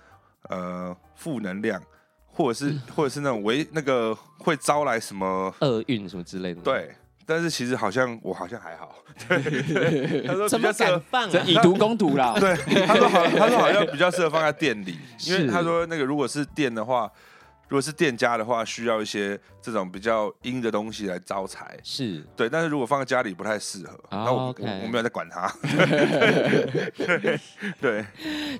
Speaker 1: 呃负能量，或者是
Speaker 2: 嗯
Speaker 1: 或者是那种违那个会招来什么
Speaker 2: 厄运什么之类的，，
Speaker 1: 对。但是其实好像我好像还好， 对，他说
Speaker 2: 怎
Speaker 1: 比
Speaker 2: 么
Speaker 1: 较适合
Speaker 2: 敢放
Speaker 4: 这
Speaker 2: 啊？
Speaker 4: 以毒攻毒啦。
Speaker 1: 对，他说好，他说好像比较适合放在店里，因为
Speaker 2: 是
Speaker 1: 他说那个如果是店的话，如果是店家的话，需要一些这种比较阴的东西来招财。
Speaker 2: 是
Speaker 1: 对，但是如果放在家里不太适合，
Speaker 2: 哦
Speaker 1: 然后我
Speaker 2: OK
Speaker 1: 我我没有在管 他。对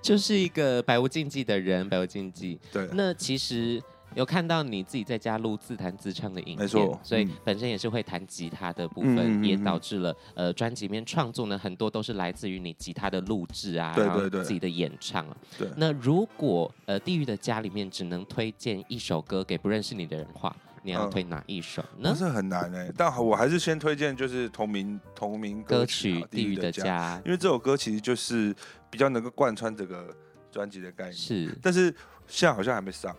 Speaker 2: 就是一个百无禁忌的人，百无禁忌。
Speaker 1: 对对
Speaker 2: 那其实有看到你自己在家录自弹自唱的影片，
Speaker 1: 没错
Speaker 2: 所以
Speaker 1: 嗯
Speaker 2: 本身也是会弹吉他的部分，
Speaker 1: 嗯嗯嗯
Speaker 2: 也
Speaker 1: 嗯
Speaker 2: 导致了呃专辑里面创作呢很多都是来自于你吉他的录制啊，
Speaker 1: 对
Speaker 2: 然后
Speaker 1: 对对
Speaker 2: 自己的演唱啊。
Speaker 1: 对
Speaker 2: 那如果呃地狱的家里面只能推荐一首歌给不认识你的人的话，你要
Speaker 1: 嗯
Speaker 2: 推哪一首呢
Speaker 1: 但？是很难哎、但好我还是先推荐就是同名同名
Speaker 2: 歌
Speaker 1: 歌曲啊
Speaker 2: 曲
Speaker 1: 好
Speaker 2: 《地狱的
Speaker 1: 家》，
Speaker 2: 家》
Speaker 1: 因为这首歌其实就是比较能够贯穿整个专辑的概念，
Speaker 2: 是
Speaker 1: 但是现在好像还没 上。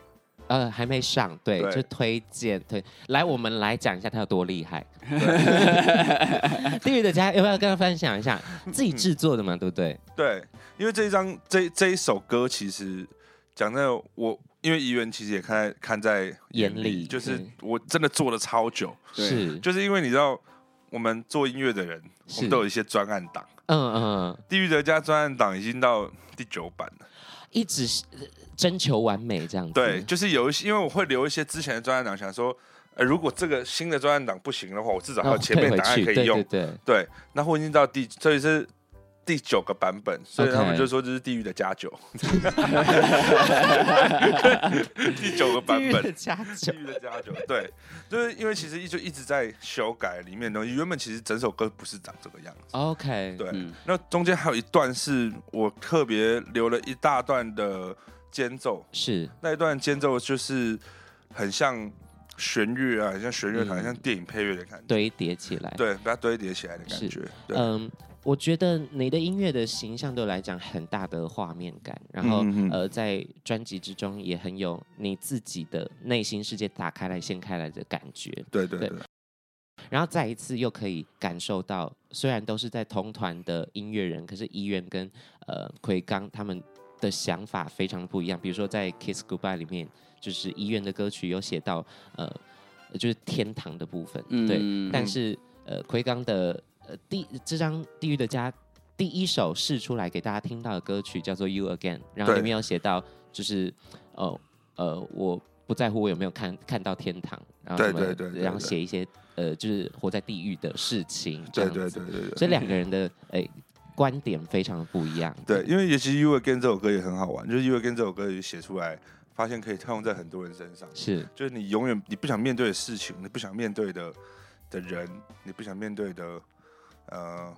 Speaker 2: 呃还没上，对，
Speaker 1: 对
Speaker 2: 就推荐推来，我们来讲一下它有多厉害。
Speaker 1: 对
Speaker 2: 地狱的家要不要跟他分享一下？
Speaker 1: 嗯
Speaker 2: 自己制作的嘛，对不对？
Speaker 1: 对，因为这一张这这一首歌，其实讲真的，我因为怡园其实也看在看在
Speaker 2: 眼里
Speaker 1: 就是
Speaker 2: 对
Speaker 1: 我真的做了超久，
Speaker 4: 对
Speaker 2: 是，
Speaker 1: 就是因为你知道，我们做音乐的人，我
Speaker 2: 是
Speaker 1: 们都有一些专案档，
Speaker 2: 嗯嗯，
Speaker 1: 《地狱的家》专案档已经到第九版了。
Speaker 2: 一直是呃征求完美这样子。
Speaker 1: 对，，就是有一些，因为我会留一些之前的专案档，想说，呃，如果这个新的专案档不行的话，我至少
Speaker 2: 哦
Speaker 1: 还有前面档案可以用
Speaker 2: 对。对
Speaker 1: 对，那我已经到第，这里是第九个版本，所以他们
Speaker 2: OK
Speaker 1: 就说这是地狱的 加九，第九个版 本。
Speaker 2: 加
Speaker 1: 地狱的加九，对，就是因为其实一就一直在修改里面的东西，原本其实整首歌不是长这个样子，
Speaker 2: OK，
Speaker 1: 对。
Speaker 4: 嗯
Speaker 1: 那中间还有一段是我特别留了一大段的间奏，
Speaker 2: 是
Speaker 1: 那一段间奏就是很像弦乐啊，很像弦乐团，
Speaker 2: 嗯
Speaker 1: 很像电影配乐的感觉，
Speaker 2: 堆叠起来。，
Speaker 1: 对，呃把它堆叠起来的感
Speaker 2: 是
Speaker 1: 觉，对，
Speaker 2: 嗯。我觉得你的音乐的形象对我来讲很大的画面感，然后、
Speaker 1: 嗯嗯嗯
Speaker 2: 呃，在专辑之中也很有你自己的内心世界打开来、掀开来的感觉。
Speaker 1: 对对
Speaker 2: 对
Speaker 1: 对，
Speaker 2: 然后再一次又可以感受到，虽然都是在同团的音乐人，可是怡园跟呃奎刚他们的想法非常不一样。比如说在《Kiss Goodbye》里面，就是怡园的歌曲有写到呃，就是天堂的部分，
Speaker 4: 嗯
Speaker 2: 对。但是呃，奎刚的呃第这张《地狱的家》第一首试出来给大家听到的歌曲叫做《You Again》，然后里
Speaker 1: 对
Speaker 2: 面有写到就是呃呃我。不在乎我有没有看看到天堂，然后
Speaker 1: 对
Speaker 2: 什么
Speaker 1: 对对对
Speaker 2: 然后
Speaker 1: 对
Speaker 2: 写一些呃，就是活在地狱的事情，这
Speaker 1: 对
Speaker 2: 样
Speaker 1: 对
Speaker 2: 子
Speaker 1: 对对对。
Speaker 2: 所以两个人的诶、观点非常的不一样，
Speaker 1: 对，，因为尤其《You Again》这首歌也很好玩，就是《You Again》这首歌也写出来，发现可以套用在很多人身上，
Speaker 2: 是
Speaker 1: 就是你永远你不想面对的事情，你不想面对的的人，你不想面对的呃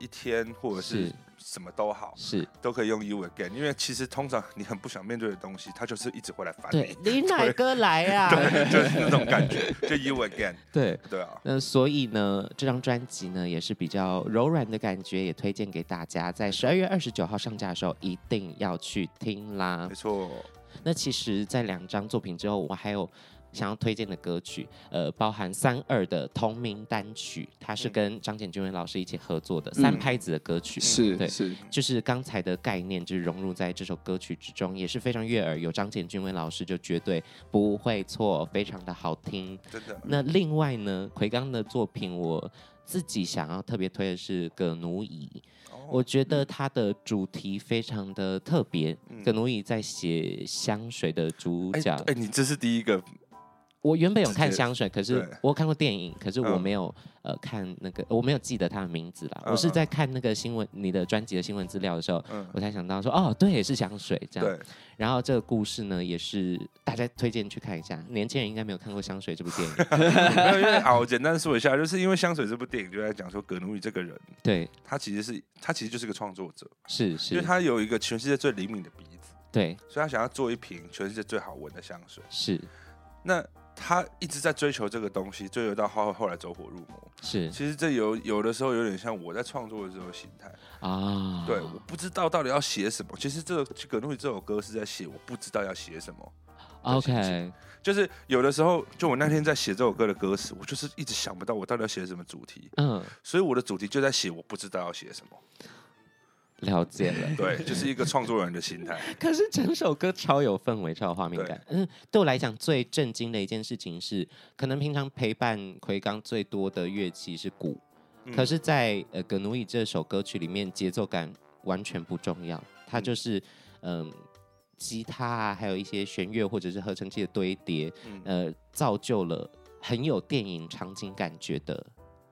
Speaker 1: 一天或者是
Speaker 2: 是
Speaker 1: 什么都好，
Speaker 2: 是，
Speaker 1: 都可以用《You Again》，因为其实通常你很不想面对的东西，它就是一直会来烦
Speaker 2: 对
Speaker 1: 啊你，，
Speaker 2: 你奶哥来啊，
Speaker 1: 就是那种感觉，就《You Again》，
Speaker 2: 对。
Speaker 1: 对啊，
Speaker 2: 那所以呢，这张专辑呢也是比较柔软的感觉，也推荐给大家，在十二月二十九号上架的时候一定要去听啦
Speaker 1: 没。错，
Speaker 2: 那其实，在两张作品之后，我还有想要推荐的歌曲，呃，包含三二的同名单曲，它是
Speaker 1: 嗯
Speaker 2: 跟张简君老师一起合作的、三拍子的歌曲，嗯对
Speaker 4: 是是，
Speaker 2: 就是刚才的概念，就是融入在这首歌曲之中，也是非常悦耳。有张简君文老师就绝对不会错，非常的好听。
Speaker 1: 真的，
Speaker 2: 那另外呢，奎刚的作品，我自己想要特别推的是《葛奴乙》，
Speaker 1: 哦
Speaker 2: 我觉得它的主题非常的特别。
Speaker 1: 嗯
Speaker 2: 葛奴乙在写香水的主
Speaker 1: 哎
Speaker 2: 角，
Speaker 1: 哎，你这是第一个
Speaker 2: 我原本有看
Speaker 1: 直接
Speaker 2: 香水，可是
Speaker 1: 对
Speaker 2: 我有看过电影，可是我
Speaker 1: 嗯
Speaker 2: 没有、呃看那个，我没有记得他的名字啦。
Speaker 1: 嗯
Speaker 2: 我是在看那个新闻，你的专辑的新闻资料的时候，
Speaker 1: 嗯，
Speaker 2: 我才想到说，哦，对，是香水这样。
Speaker 1: 对，
Speaker 2: 然后这个故事呢，也是大家推荐去看一下，年轻人应该没有看过《香水》这部 电影。
Speaker 1: 没有因为啊，我简单说一下，就是因为《香水》这部电影就在讲说葛奴伊这个人，
Speaker 2: 对，
Speaker 1: 他其实是他其实就是个创作者，
Speaker 2: 是
Speaker 1: 因为
Speaker 2: 是，
Speaker 1: 他有一个全世界最灵敏的鼻子，
Speaker 2: 对，
Speaker 1: 所以他想要做一瓶全世界最好闻的香水。
Speaker 2: 是
Speaker 1: 那他一直在追求这个东西，追求到后后来走火入魔。
Speaker 2: 是
Speaker 1: 其实这有有的时候有点像我在创作的时候的心态，
Speaker 2: 啊，
Speaker 1: 对，我不知道到底要写什么。其实这《葛奴伊》这首歌是在写我不知道要写什么，
Speaker 2: ，OK，
Speaker 1: 就是有的时候，就我那天在写这首歌的歌词，我就是一直想不到我到底要写什么主题，
Speaker 2: 嗯，
Speaker 1: 所以我的主题就在写我不知道要写什么。
Speaker 2: 了解 了。
Speaker 1: 对，就是一个创作人的心态。
Speaker 2: 可是整首歌超有氛围，超有画面
Speaker 1: 对
Speaker 2: 感。嗯，对我来讲最震惊的一件事情是，可能平常陪伴奎刚最多的乐器是鼓，
Speaker 1: 嗯
Speaker 2: 可是在，呃《葛奴伊》这首歌曲里面，节奏感完全不重要，它就是嗯、吉他啊，还有一些弦乐或者是合成器的堆叠，
Speaker 1: 嗯
Speaker 2: 呃，造就了很有电影场景感觉的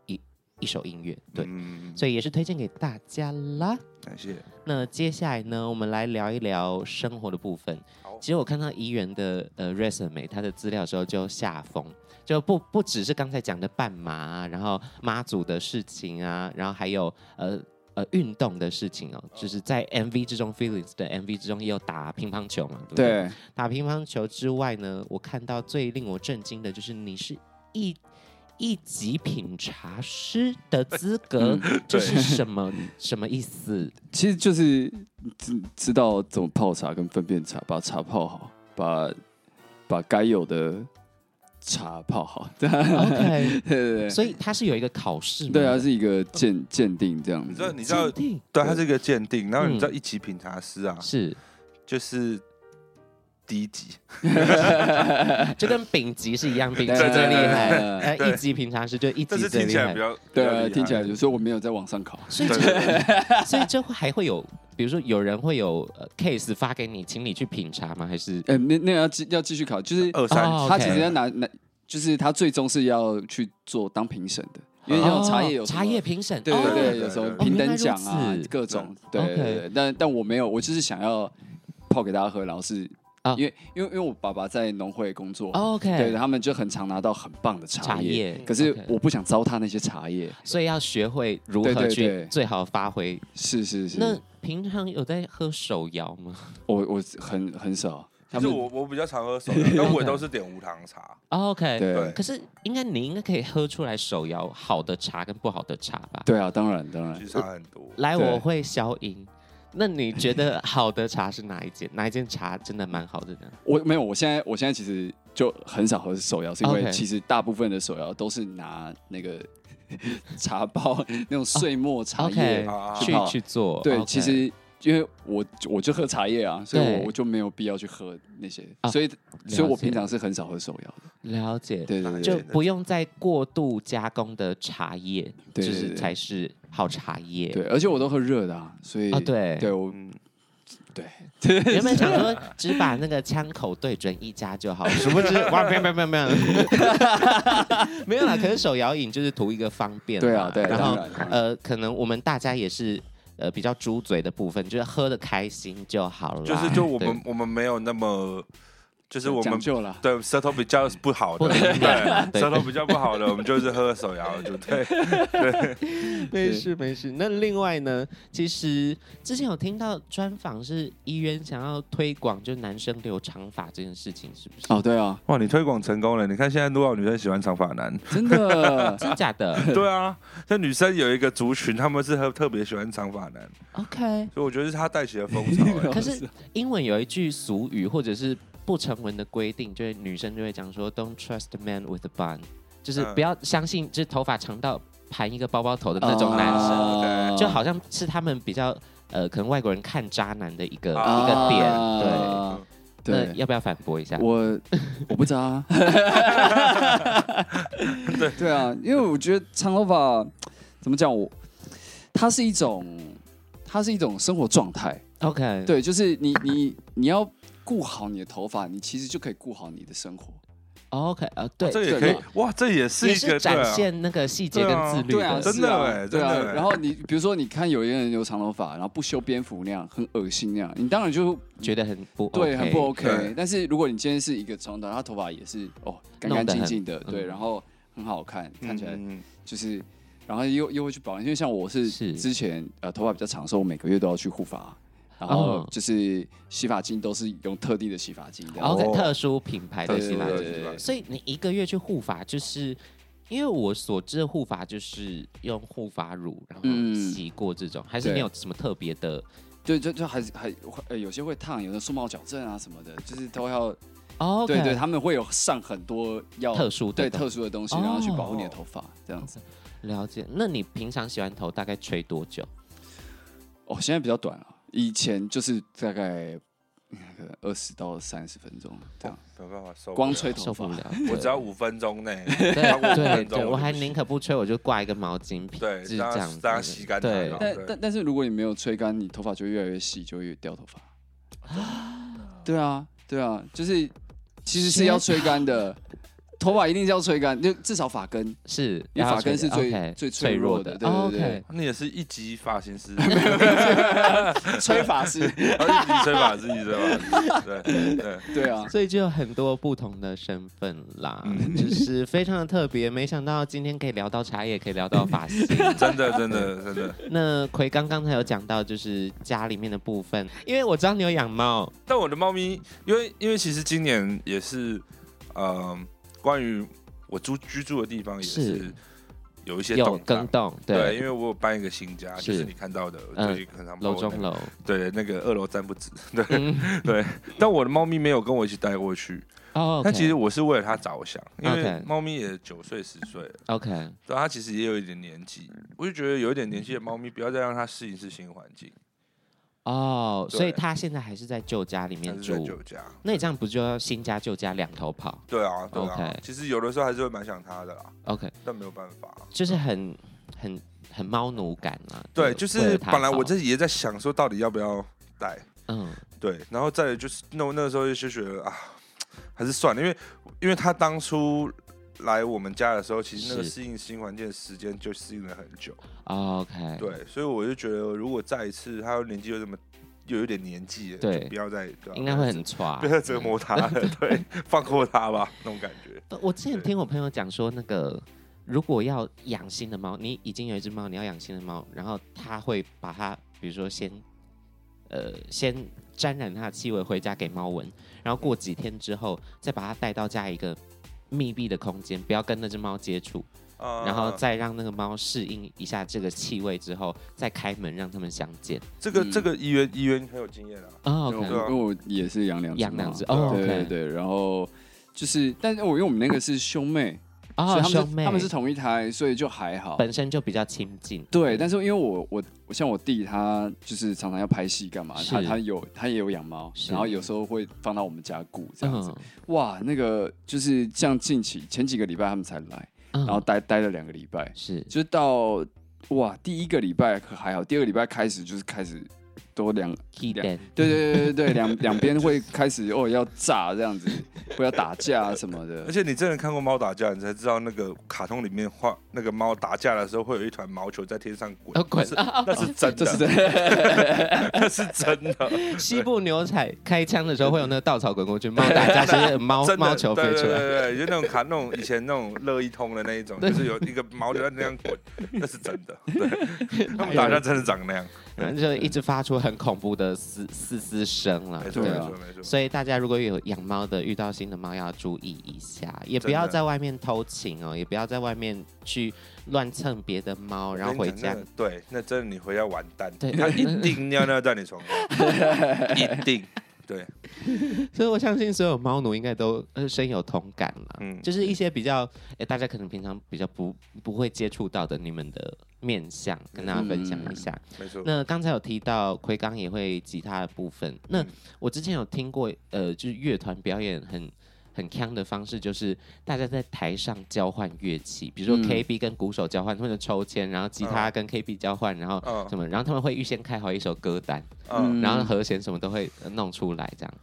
Speaker 2: 一一首音乐。对，
Speaker 1: 嗯
Speaker 2: 所以也是推荐给大家啦。
Speaker 1: 感谢。
Speaker 2: 那接下来呢，我们来聊一聊生活的部分
Speaker 1: 好。
Speaker 2: 其实我看到怡园的呃 resume 他的资料的时候就下风，就不不只是刚才讲的半马、啊，然后妈祖的事情啊，然后还有呃呃运动的事情哦，就是在 MV 之中，Felix 的 MV 之中也有打乒乓球嘛，对不对？
Speaker 4: 对，
Speaker 2: 打乒乓球之外呢，我看到最令我震惊的就是你是一一级品茶师的资格，
Speaker 4: 嗯
Speaker 2: 这是什么什么意思？
Speaker 4: 其实就是知知道怎么泡茶跟分辨茶，把茶泡好，把把该有的茶泡好。 对
Speaker 2: OK，
Speaker 4: 对对
Speaker 2: 所以它是有一个考试吗？
Speaker 4: 对啊，，是一个鉴鉴定这样
Speaker 1: 你知道，
Speaker 4: 子。
Speaker 1: 你知道，
Speaker 2: 定
Speaker 1: 对，啊它是一个鉴定。然后你知道
Speaker 2: 嗯
Speaker 1: 一级品茶师啊，
Speaker 2: 是，
Speaker 1: 就是第一级，
Speaker 2: 就跟丙级是一样，丙级
Speaker 4: 对
Speaker 2: 最厉
Speaker 4: 对
Speaker 2: 害，
Speaker 4: 对
Speaker 2: 哎，
Speaker 1: 对
Speaker 2: 一级平常是就一
Speaker 1: 但
Speaker 2: 级
Speaker 1: 是
Speaker 2: 最
Speaker 1: 听
Speaker 2: 厉
Speaker 1: 起来
Speaker 2: 害
Speaker 1: 比。较比
Speaker 4: 对
Speaker 1: 较
Speaker 4: 啊，
Speaker 1: 厉害
Speaker 4: 听起来有时候我没有在网上考。
Speaker 2: 所以
Speaker 1: 对
Speaker 2: 这， 所以这会还会有，比如说有人会有呃 case 发给你，请你去品茶吗？还是
Speaker 4: 呃，那那个要继要继续考，就是
Speaker 1: 二三
Speaker 2: 哦
Speaker 1: 级，
Speaker 4: 他
Speaker 2: ，OK
Speaker 4: 其实要拿拿，就是他最终是要去做当评审的，因为像茶叶有
Speaker 2: 哦
Speaker 4: 什么
Speaker 2: 茶叶评审，
Speaker 4: 对
Speaker 2: 哦
Speaker 4: 对
Speaker 1: 哦
Speaker 4: 对，有时候
Speaker 1: 哦
Speaker 4: 平等奖啊
Speaker 2: 原来如此，
Speaker 4: 各种
Speaker 2: 对
Speaker 4: 对
Speaker 2: OK
Speaker 4: 对对。但但我没有，我就是想要泡给大家喝，然后是
Speaker 2: 啊
Speaker 4: 因为因为因为我爸爸在农会工作，
Speaker 2: 哦
Speaker 4: 对
Speaker 2: OK，
Speaker 4: 他们就很常拿到很棒的
Speaker 2: 茶
Speaker 4: 茶叶，
Speaker 2: 叶，
Speaker 4: 可是
Speaker 2: OK
Speaker 4: 我不想糟蹋那些茶叶。
Speaker 2: 所以要学会如
Speaker 4: 对
Speaker 2: 何
Speaker 4: 对
Speaker 2: 去
Speaker 4: 对
Speaker 2: 最好发挥。
Speaker 4: 是是是，
Speaker 2: 那平常有在喝手摇吗？
Speaker 4: 我我很很少，
Speaker 1: 其
Speaker 4: 他
Speaker 1: 实
Speaker 4: 们
Speaker 1: 我我比较常喝 手摇，但我也都是点无糖茶。
Speaker 2: 哦 OK，
Speaker 4: 对
Speaker 2: 可是应该你应该可以喝出来手摇好的茶跟不好的茶吧？
Speaker 4: 对啊，当然当然
Speaker 1: 其，实差很多。
Speaker 2: 来，
Speaker 4: 对
Speaker 2: 我会消音。那你觉得好的茶是哪一间？哪一间茶真的蛮好的呢？
Speaker 4: 我没有，我现在我现在其实就很少喝手摇，是因
Speaker 2: OK
Speaker 4: 为其实大部分的手摇都是拿那个 茶包那种碎末茶叶
Speaker 2: 哦
Speaker 1: 啊
Speaker 2: OK，嗯
Speaker 4: 去
Speaker 2: 去
Speaker 4: 泡。
Speaker 2: 去做。
Speaker 4: 对，
Speaker 2: OK
Speaker 4: 其实因为我我就喝茶叶啊，所以
Speaker 2: 对
Speaker 4: 我我就没有必要去喝那些
Speaker 2: 啊，
Speaker 4: 所以所以我
Speaker 2: 了解
Speaker 4: 平常是很少喝手摇的。
Speaker 2: 了解，
Speaker 4: 对对
Speaker 2: 就
Speaker 4: 对
Speaker 2: 不用再过度加工的茶叶，就
Speaker 4: 对对
Speaker 2: 是
Speaker 4: 对
Speaker 2: 才是好茶叶。
Speaker 4: 对，而且我都喝热的啊，所以
Speaker 2: 啊，对。
Speaker 4: 对我
Speaker 1: 嗯，
Speaker 2: 原本想 说只把那个枪口对准一家就好，殊不知哇，没有没有没有没有， 没有啦。可是手摇饮就是图一个方便嘛，
Speaker 4: 对啊对，
Speaker 2: 然
Speaker 4: 当
Speaker 2: 后
Speaker 4: 然当然
Speaker 2: 呃，可能我们大家也是呃比较猪嘴的部分，就是喝的开心就好了。
Speaker 1: 就是就我
Speaker 2: 对
Speaker 1: 们我们没有那么，就是我
Speaker 4: 讲
Speaker 1: 们
Speaker 4: 究了。
Speaker 1: 对舌头比较不好的，
Speaker 2: 不能讲
Speaker 1: 对
Speaker 2: 对
Speaker 1: 舌头比较不好的，我们就是喝手摇，就对。
Speaker 2: 没事没事。那另外呢，其实之前有听到专访是医院想要推广就男生留长发这件事情，是不是？
Speaker 4: 哦，对啊，
Speaker 1: 哇，你推广成功了！你看现在多少女生喜欢长发男？
Speaker 4: 真的
Speaker 2: 真假的
Speaker 1: 对啊，这女生有一个族群，她们是特特别喜欢长发男，
Speaker 2: ？OK。
Speaker 1: 所以我觉得是她带起了风潮、欸。
Speaker 2: 可是英文有一句俗语或者是不成文的规定，就是女生就会讲说 “Don't trust a man with a bun”，就是
Speaker 1: 嗯
Speaker 2: 不要相信就是头发长到盘一个包包头的 那
Speaker 4: 哦
Speaker 2: 种男生。
Speaker 4: 啊
Speaker 2: 就好像是他们比较呃，可能外国人看渣男的一个、
Speaker 1: 啊
Speaker 2: 一个点。
Speaker 4: 啊
Speaker 2: 对，那
Speaker 4: 对。
Speaker 2: 要不要反驳一下？
Speaker 4: 我我不知 道啊，对对啊，因为我觉得长头发怎么讲，我它是一种它是一种生活状态，
Speaker 2: OK，，
Speaker 4: 对，就是你你你要顾好你的头发，你其实就可以顾好你的生活。
Speaker 2: OK，呃，对，
Speaker 1: 这
Speaker 4: 对
Speaker 1: 也可以
Speaker 4: 嘛
Speaker 1: 哇，哦这也是
Speaker 2: 也
Speaker 1: 一个
Speaker 2: 是展现那个细节跟自律
Speaker 4: 对啊，
Speaker 2: 的，
Speaker 1: 真
Speaker 4: 是
Speaker 1: 的
Speaker 4: 啊
Speaker 1: 欸
Speaker 4: 对啊
Speaker 1: 真的欸
Speaker 4: 然后你比如说，你看有一个人留长头发，然后不修边幅那样，很恶心那样，你当然就
Speaker 2: 觉得很不
Speaker 4: 对
Speaker 2: OK
Speaker 4: 很不 OK
Speaker 1: 对。
Speaker 4: 但是如果你今天是一个长头发，他头发也是哦干干净净的，
Speaker 2: 弄得很
Speaker 4: 对，
Speaker 2: 嗯
Speaker 4: 然后很好看，
Speaker 1: 对
Speaker 4: 看起来
Speaker 1: 嗯
Speaker 4: 就是，然后又又会去保养，因为像我是
Speaker 2: 是
Speaker 4: 之前呃头发比较长的时候，我每个月都要去护发。然后
Speaker 2: 哦
Speaker 4: 就是洗发精都是用特定的洗发精的，
Speaker 2: 然后在
Speaker 1: 哦
Speaker 2: 特殊品牌的
Speaker 4: 对
Speaker 2: 洗
Speaker 4: 对
Speaker 2: 发
Speaker 4: 对
Speaker 2: 精。
Speaker 4: 对对
Speaker 2: 所以你一个月去护发，就是因为我所知的护发就是用护发乳，然后
Speaker 4: 嗯
Speaker 2: 洗过这种，还是
Speaker 4: 对
Speaker 2: 你有什么特别的？
Speaker 4: 对，就就还是还会呃有些会烫，有的素貌矫正啊什么的，就是都要
Speaker 2: 哦，
Speaker 4: 对对，他们会有上很多要
Speaker 2: 特殊的
Speaker 4: 对
Speaker 2: 东
Speaker 4: 特殊的东西，
Speaker 2: 哦
Speaker 4: 然后去保护你的头发这样子。
Speaker 2: 了解。那你平常洗完头大概吹多久？
Speaker 4: 哦，现在比较短了，以前就是大概嗯二十到三十分钟这样，
Speaker 1: 没有办法收，
Speaker 4: 光吹头
Speaker 2: 受不
Speaker 4: 发。
Speaker 2: 了，
Speaker 1: 我只
Speaker 2: 对
Speaker 1: 要五分钟内，超过五
Speaker 2: 对对
Speaker 1: 分
Speaker 2: 对，
Speaker 1: 钟，
Speaker 2: 我还宁可不吹，我就挂一个毛巾披，
Speaker 1: 对
Speaker 2: 是
Speaker 1: 让它
Speaker 2: 这样子，
Speaker 1: 让它吸干它啊
Speaker 2: 对
Speaker 1: 然，后
Speaker 4: 但但但是如果你没有吹干，你头发就越来越细，就会越掉头发。对啊， 对啊，就是其实是要吹干的，头发一定是要吹干，就至少发根，
Speaker 2: 是
Speaker 4: 因为
Speaker 2: 要
Speaker 4: 发
Speaker 2: 吹
Speaker 4: 根是
Speaker 2: 的
Speaker 4: 最
Speaker 2: OK，
Speaker 4: 最脆
Speaker 2: 脆
Speaker 4: 弱
Speaker 2: 弱
Speaker 4: 的
Speaker 2: 的
Speaker 4: 对对对
Speaker 2: OK
Speaker 1: 你也是一级发型师，
Speaker 4: 吹发是，
Speaker 1: 然后一级吹发师，一级吹发师，对对对，
Speaker 4: 对啊，
Speaker 2: 所以就有很多不同的身份啦，
Speaker 1: 嗯
Speaker 2: 就是非常的特别。没想到今天可以聊到茶叶，可以聊到发 型。
Speaker 1: 真的真的真的。
Speaker 2: 那奎刚刚才有讲到，就是家里面的部分，因为我知道你有养猫，
Speaker 1: 但我的猫咪，因为因为其实今年也是，呃，关于我住居住的地方也
Speaker 2: 是
Speaker 1: 是有一些
Speaker 2: 有
Speaker 1: 动
Speaker 2: 更
Speaker 1: 荡。
Speaker 2: 动，
Speaker 1: 对，因
Speaker 2: 对，
Speaker 1: 为我有搬一个新家，
Speaker 2: 是
Speaker 1: 就是你看到的，
Speaker 2: 嗯
Speaker 1: 对，很常
Speaker 2: 楼
Speaker 1: 抱我
Speaker 2: 中
Speaker 1: 那个
Speaker 2: 楼，
Speaker 1: 对那个二楼站不直，对、
Speaker 2: 嗯，
Speaker 1: 对。但我的猫咪没有跟我一起带过去，
Speaker 2: 哦，
Speaker 1: 但其实我是为了它着想，因为
Speaker 2: OK
Speaker 1: 猫咪也九岁十岁了，
Speaker 2: OK，
Speaker 1: 对，它其实也有一点年纪，我就觉得有一点年纪的猫咪，不要再让它适应是新环境，
Speaker 2: 哦，
Speaker 1: 对
Speaker 2: 所以他现在还是在旧家里
Speaker 1: 它
Speaker 2: 面
Speaker 1: 是在
Speaker 2: 住，
Speaker 1: 酒家。
Speaker 2: 那你这样不就要新家旧家两头跑
Speaker 1: 对啊，对啊
Speaker 2: OK
Speaker 1: 其实有的时候还是会蛮想它的啦，
Speaker 2: ？OK，
Speaker 1: 但没有办法、
Speaker 2: 就是很很很猫奴感啊。
Speaker 1: 嗯对，就
Speaker 2: 为
Speaker 1: 是
Speaker 2: 了他
Speaker 1: 本来我
Speaker 2: 跑
Speaker 1: 自己也在想说，到底要不要带？
Speaker 2: 嗯
Speaker 1: 对，然后再来就是那我那个时候就觉得啊，还是算了，因为因为他当初来我们家的时候，其实那个
Speaker 2: 是
Speaker 1: 适应新环境的时间就适应了很久。
Speaker 2: 哦，OK，
Speaker 1: 对，所以我就觉得，如果再一次，他年纪又这么又有点年纪了，
Speaker 2: 对
Speaker 1: 就不要再对啊
Speaker 2: 应该会很差。嗯
Speaker 1: 不要再折磨他 了，对，放过他吧，那种感觉。
Speaker 2: 不嗯我之前听我朋友讲说，那个如果要养新的猫，你已经有一只猫，你要养新的猫，然后他会把它，比如说先，呃，先沾染它的气味回家给猫闻，然后过几天之后再把它带到家一个密闭的空间，不要跟那只猫接触，
Speaker 1: 啊
Speaker 2: 然后再让那个猫适应一下这个气味之后，再开门让它们相见。
Speaker 1: 这个
Speaker 4: 嗯
Speaker 1: 这个医院医院很有经验啊，
Speaker 2: 哦
Speaker 4: 因为
Speaker 1: 对
Speaker 2: ，OK，
Speaker 1: 啊
Speaker 4: 我因为我也是养两只猫，
Speaker 2: 养两只哦
Speaker 4: 对
Speaker 2: OK
Speaker 4: 对对，然后就是，但是我因为我们那个是兄妹，所以
Speaker 2: 哦，
Speaker 4: 他们
Speaker 2: 兄
Speaker 4: 是
Speaker 2: 妹，
Speaker 4: 他们是同一胎，所以就还好。
Speaker 2: 本身就比较亲近，
Speaker 4: 对，但是因为我我我像我弟他就是常常要拍戏干嘛，
Speaker 2: 是
Speaker 4: 他他有他也有养猫，
Speaker 2: 是
Speaker 4: 然后有时候会放到我们家顾这样子。
Speaker 2: 嗯，
Speaker 4: 哇，那个就是像近期前几个礼拜他们才来，
Speaker 2: 然
Speaker 4: 然后待待了两个礼拜，
Speaker 2: 嗯是
Speaker 4: 就到哇第一个礼拜可还好，第二个礼拜开始就是开始多两
Speaker 2: key
Speaker 4: 两
Speaker 2: d
Speaker 4: 对对对对对，两两边会开始哦要炸这样子，会要打架啊什么的
Speaker 1: 而。且你真的看过猫打架，你才知道那个卡通里面画那个猫打架的时候，会有一团毛球在天上滚，
Speaker 2: 啊滚
Speaker 1: 那是那是真
Speaker 4: 这是
Speaker 1: 的，
Speaker 4: 真的，
Speaker 1: 那 是真的，
Speaker 2: 西部牛仔开枪的时候会有那个稻草滚过去，猫打架是 猫
Speaker 1: 真的
Speaker 2: 猫球飞
Speaker 1: 对
Speaker 2: 出
Speaker 1: 对
Speaker 2: 来。
Speaker 1: 对对，就那种卡那种以前那种乐一通的那一种，就是有一个毛球在那样滚，那是真 的，对，他们打架真的长那样，
Speaker 2: 然后就一直发出很恐怖的嘶嘶嘶声了
Speaker 1: 没。错
Speaker 4: 对
Speaker 1: 没
Speaker 4: 啊
Speaker 1: 错没错，
Speaker 2: 所以大家如果有养猫的，遇到新的猫要注意一下，也不
Speaker 1: 真的
Speaker 2: 要在外面偷情哦，也不要在外面去乱蹭别的猫，然后回家
Speaker 1: 我跟你讲那个对，那真的你回家完蛋，
Speaker 2: 对
Speaker 1: 他一定尿尿在你床 上，一定，对，
Speaker 2: 所以我相信所有猫奴应该都呃深有同感啦。
Speaker 1: 嗯
Speaker 2: 就是一些比较、诶大家可能平常比较不不会接触到的你们的面相，跟大家分享一下。
Speaker 1: 没错，
Speaker 2: 那刚才有提到奎刚也会吉他的部分，那
Speaker 1: 嗯
Speaker 2: 我之前有听过，呃，就是乐团表演很很强的方式，就是大家在台上交换乐器，比如说
Speaker 4: 嗯
Speaker 2: KB 跟鼓手交换，或者抽签，然后吉他跟 KB 交换，然后
Speaker 1: 嗯
Speaker 2: 什么，然后他们会预先开好一首歌单，
Speaker 1: 嗯
Speaker 2: 然后和弦什么都会呃弄出来这样，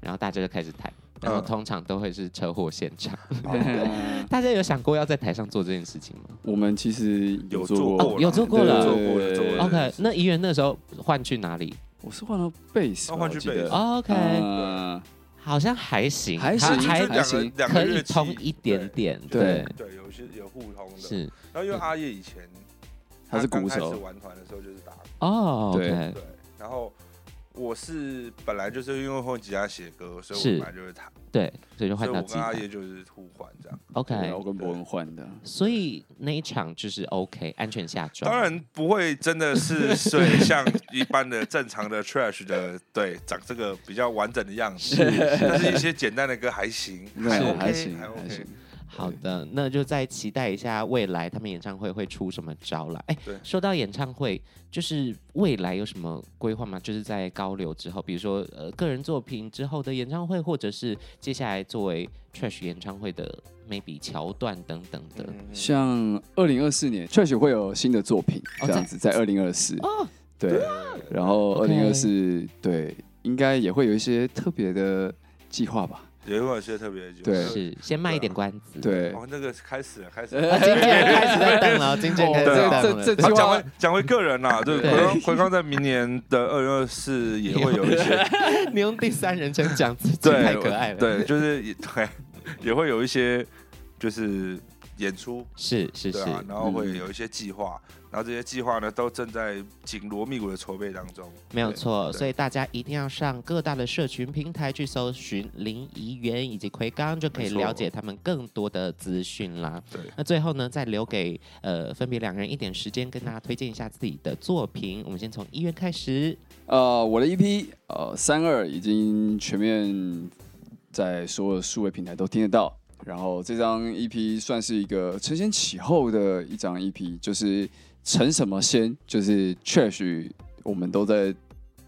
Speaker 2: 然后大家就开始弹，然
Speaker 1: 嗯
Speaker 2: 后通常都会是车祸现场。
Speaker 4: 对
Speaker 2: 大家有想过要在台上做这件事情吗
Speaker 4: 我们其实
Speaker 1: 有
Speaker 4: 做
Speaker 1: 做
Speaker 2: 过
Speaker 1: 过
Speaker 2: 哦
Speaker 1: 啦，
Speaker 2: 有做过
Speaker 1: 对有
Speaker 2: 了
Speaker 1: 做过有做过
Speaker 4: 对
Speaker 1: 了。
Speaker 2: ？OK，那怡园那时候换去哪里
Speaker 4: 我是换到贝斯吧，
Speaker 1: 哦换去
Speaker 4: 我记得
Speaker 1: 贝斯
Speaker 2: ？OK，
Speaker 4: 嗯
Speaker 2: 好像还行，
Speaker 4: 还
Speaker 2: 它
Speaker 4: 行
Speaker 1: 其实就
Speaker 2: 还
Speaker 1: 两个
Speaker 4: 还
Speaker 1: 两个
Speaker 2: 可
Speaker 1: 乐
Speaker 2: 以
Speaker 1: 器
Speaker 2: 通一点。点，对
Speaker 4: 对，
Speaker 1: 对，对有些有互通的。
Speaker 2: 是
Speaker 1: 然后因为阿叶以前
Speaker 4: 他是
Speaker 1: 刚
Speaker 4: 鼓
Speaker 1: 开始
Speaker 4: 手，
Speaker 1: 玩团的时候就是打鼓，
Speaker 2: 哦
Speaker 4: 对
Speaker 2: ，OK，
Speaker 1: 对。然后我是本来就是因为会吉他写歌，所以
Speaker 2: 是
Speaker 1: 我本来就会弹，
Speaker 2: 对，所以就
Speaker 1: 所以
Speaker 2: 换到
Speaker 1: 我
Speaker 2: 吉
Speaker 1: 跟
Speaker 2: 他
Speaker 1: 阿叶就是互换这样。
Speaker 4: 然后
Speaker 2: ，OK。
Speaker 4: 跟伯文换的，
Speaker 2: 所以那一场就是 OK，安全下装。
Speaker 1: 当然不会真的是水像一般的正常的 trash 的，对，长这个比较完整的样子。但是一些简单的歌还行，还
Speaker 4: 对
Speaker 1: OK，
Speaker 4: 还行
Speaker 1: 还
Speaker 4: 还
Speaker 1: OK 嗯
Speaker 4: 行。。
Speaker 2: 好的，那就再期待一下未来他们演唱会会出什么招了。哎
Speaker 1: 对，
Speaker 2: 说到演唱会，就是未来有什么规划吗？就是在高流之后，比如说呃个人作品之后的演唱会，或者是接下来作为 Trash 演唱会的 maybe 桥段等等的。
Speaker 1: 嗯
Speaker 4: 像二零二四年确实会有新的作品，
Speaker 2: 哦
Speaker 4: 这样子在二零二四，对，然后呃二
Speaker 2: OK
Speaker 4: 零二四对，应该也会有一些特别的计划吧？
Speaker 1: 有一有些特别的酒，
Speaker 4: 对
Speaker 2: 是，先卖一点关子。
Speaker 4: 对，
Speaker 1: 哦，那个开始了，开始了。
Speaker 2: 啊， 经纪人开始在瞪了，经纪人开始在
Speaker 4: 这
Speaker 2: 瞪
Speaker 4: 这
Speaker 2: 了。
Speaker 4: 啊这
Speaker 2: 对
Speaker 4: 计
Speaker 1: 好，讲
Speaker 4: 划
Speaker 1: 回讲回个人 啦，对，
Speaker 2: 对
Speaker 1: 回光回光在明年的二零二四也会有一些
Speaker 2: 你用第三人称讲自己，
Speaker 1: 对，
Speaker 2: 太可爱了。，
Speaker 1: 对，就是也 对，也会有一些就是演出，
Speaker 2: 是是
Speaker 1: 对
Speaker 2: 是，
Speaker 1: 啊，然后会
Speaker 4: 嗯
Speaker 1: 有一些计划，然后这些计划呢都正在紧锣密鼓的筹备当中。
Speaker 2: 没有错，
Speaker 1: 对
Speaker 2: 所以大家一定要上各大的社群平台去搜寻林怡园以及奎刚，就可
Speaker 1: 没
Speaker 2: 以
Speaker 1: 错
Speaker 2: 了解他们更多的资讯啦。
Speaker 1: 对，
Speaker 2: 那最后呢，再留给呃分别两人一点时间，跟大家推荐一下自己的作品。我们先从一院开始，
Speaker 4: 呃，我的 EP 呃三二已经全面在所有数位平台都听得到。然后这张 EP 算是一个承先启后的一张 EP，就是承什么先，就是确实我们都在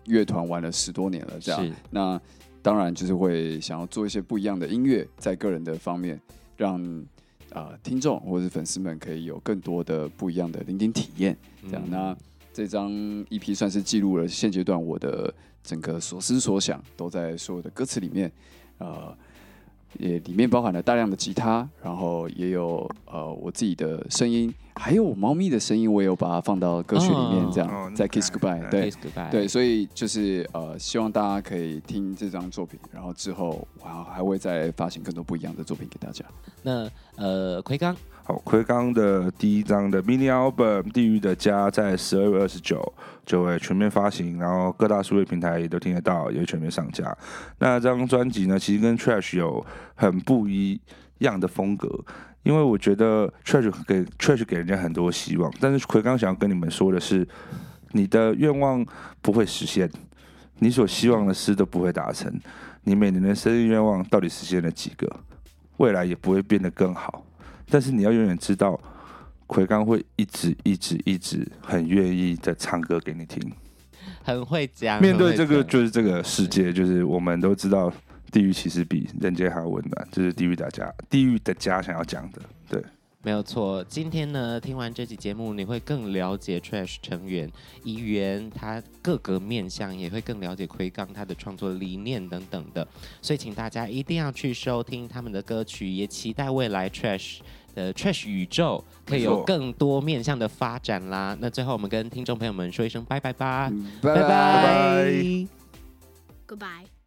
Speaker 4: 乐团玩了十多年了，这样
Speaker 2: 是。
Speaker 4: 那当然就是会想要做一些不一样的音乐，在个人的方面，让啊、呃听众或者是粉丝们可以有更多的不一样的聆听体验。这样，
Speaker 2: 嗯
Speaker 4: 那这张 EP 算是记录了现阶段我的整个所思所想，都在所有的歌词里面，呃，也里面包含了大量的吉他，然后也有呃我自己的声音，还有我猫咪的声音，我也有把它放到歌曲里面，
Speaker 2: 哦
Speaker 4: 这样、
Speaker 1: 哦
Speaker 4: 在
Speaker 1: 那
Speaker 4: Kiss
Speaker 1: 太
Speaker 4: Goodbye，
Speaker 1: 太
Speaker 4: 对
Speaker 2: Kiss goodbye，
Speaker 4: 对，所以就是呃，希望大家可以听这张作品，然后之后我还还会再发行更多不一样的作品给大家。
Speaker 2: 那呃奎刚
Speaker 1: 好，奎刚的第一张的 mini album《地狱的家》在十二月二十九就会全面发行，然后各大数位平台也都听得到，也会全面上架。那这张专辑呢，其实跟 Trash 有很不一样的风格，因为我觉得 Trash 给 Trash 给人家很多希望，但是奎刚想要跟你们说的是，你的愿望不会实现，你所希望的事都不会达成，你每年的生日愿望到底实现了几个？未来也不会变得更好。但是你要永远知道，奎刚会一直一直一直很愿意的唱歌给你听。
Speaker 2: 很会讲，
Speaker 1: 面
Speaker 2: 很
Speaker 1: 对
Speaker 2: 会
Speaker 1: 这个
Speaker 2: 讲
Speaker 1: 就是这个世界，就是我们都知道，地狱其实比人间还要温暖，这、是地狱大家地狱的家想要讲的。对，
Speaker 2: 没有错，今天呢，听完这期节目，你会更了解 Trash 成员怡园他各个面向，也会更了解奎刚他的创作理念等等的。所以，请大家一定要去收听他们的歌曲，也期待未来 Trash 的 Trash 宇宙可以
Speaker 1: 没
Speaker 2: 有
Speaker 1: 错
Speaker 2: 更多面向的发展啦。那最后，啊我们跟听众朋友们说一声拜拜吧，
Speaker 4: 嗯，
Speaker 2: 拜
Speaker 1: 拜
Speaker 2: 拜
Speaker 5: Goodbye.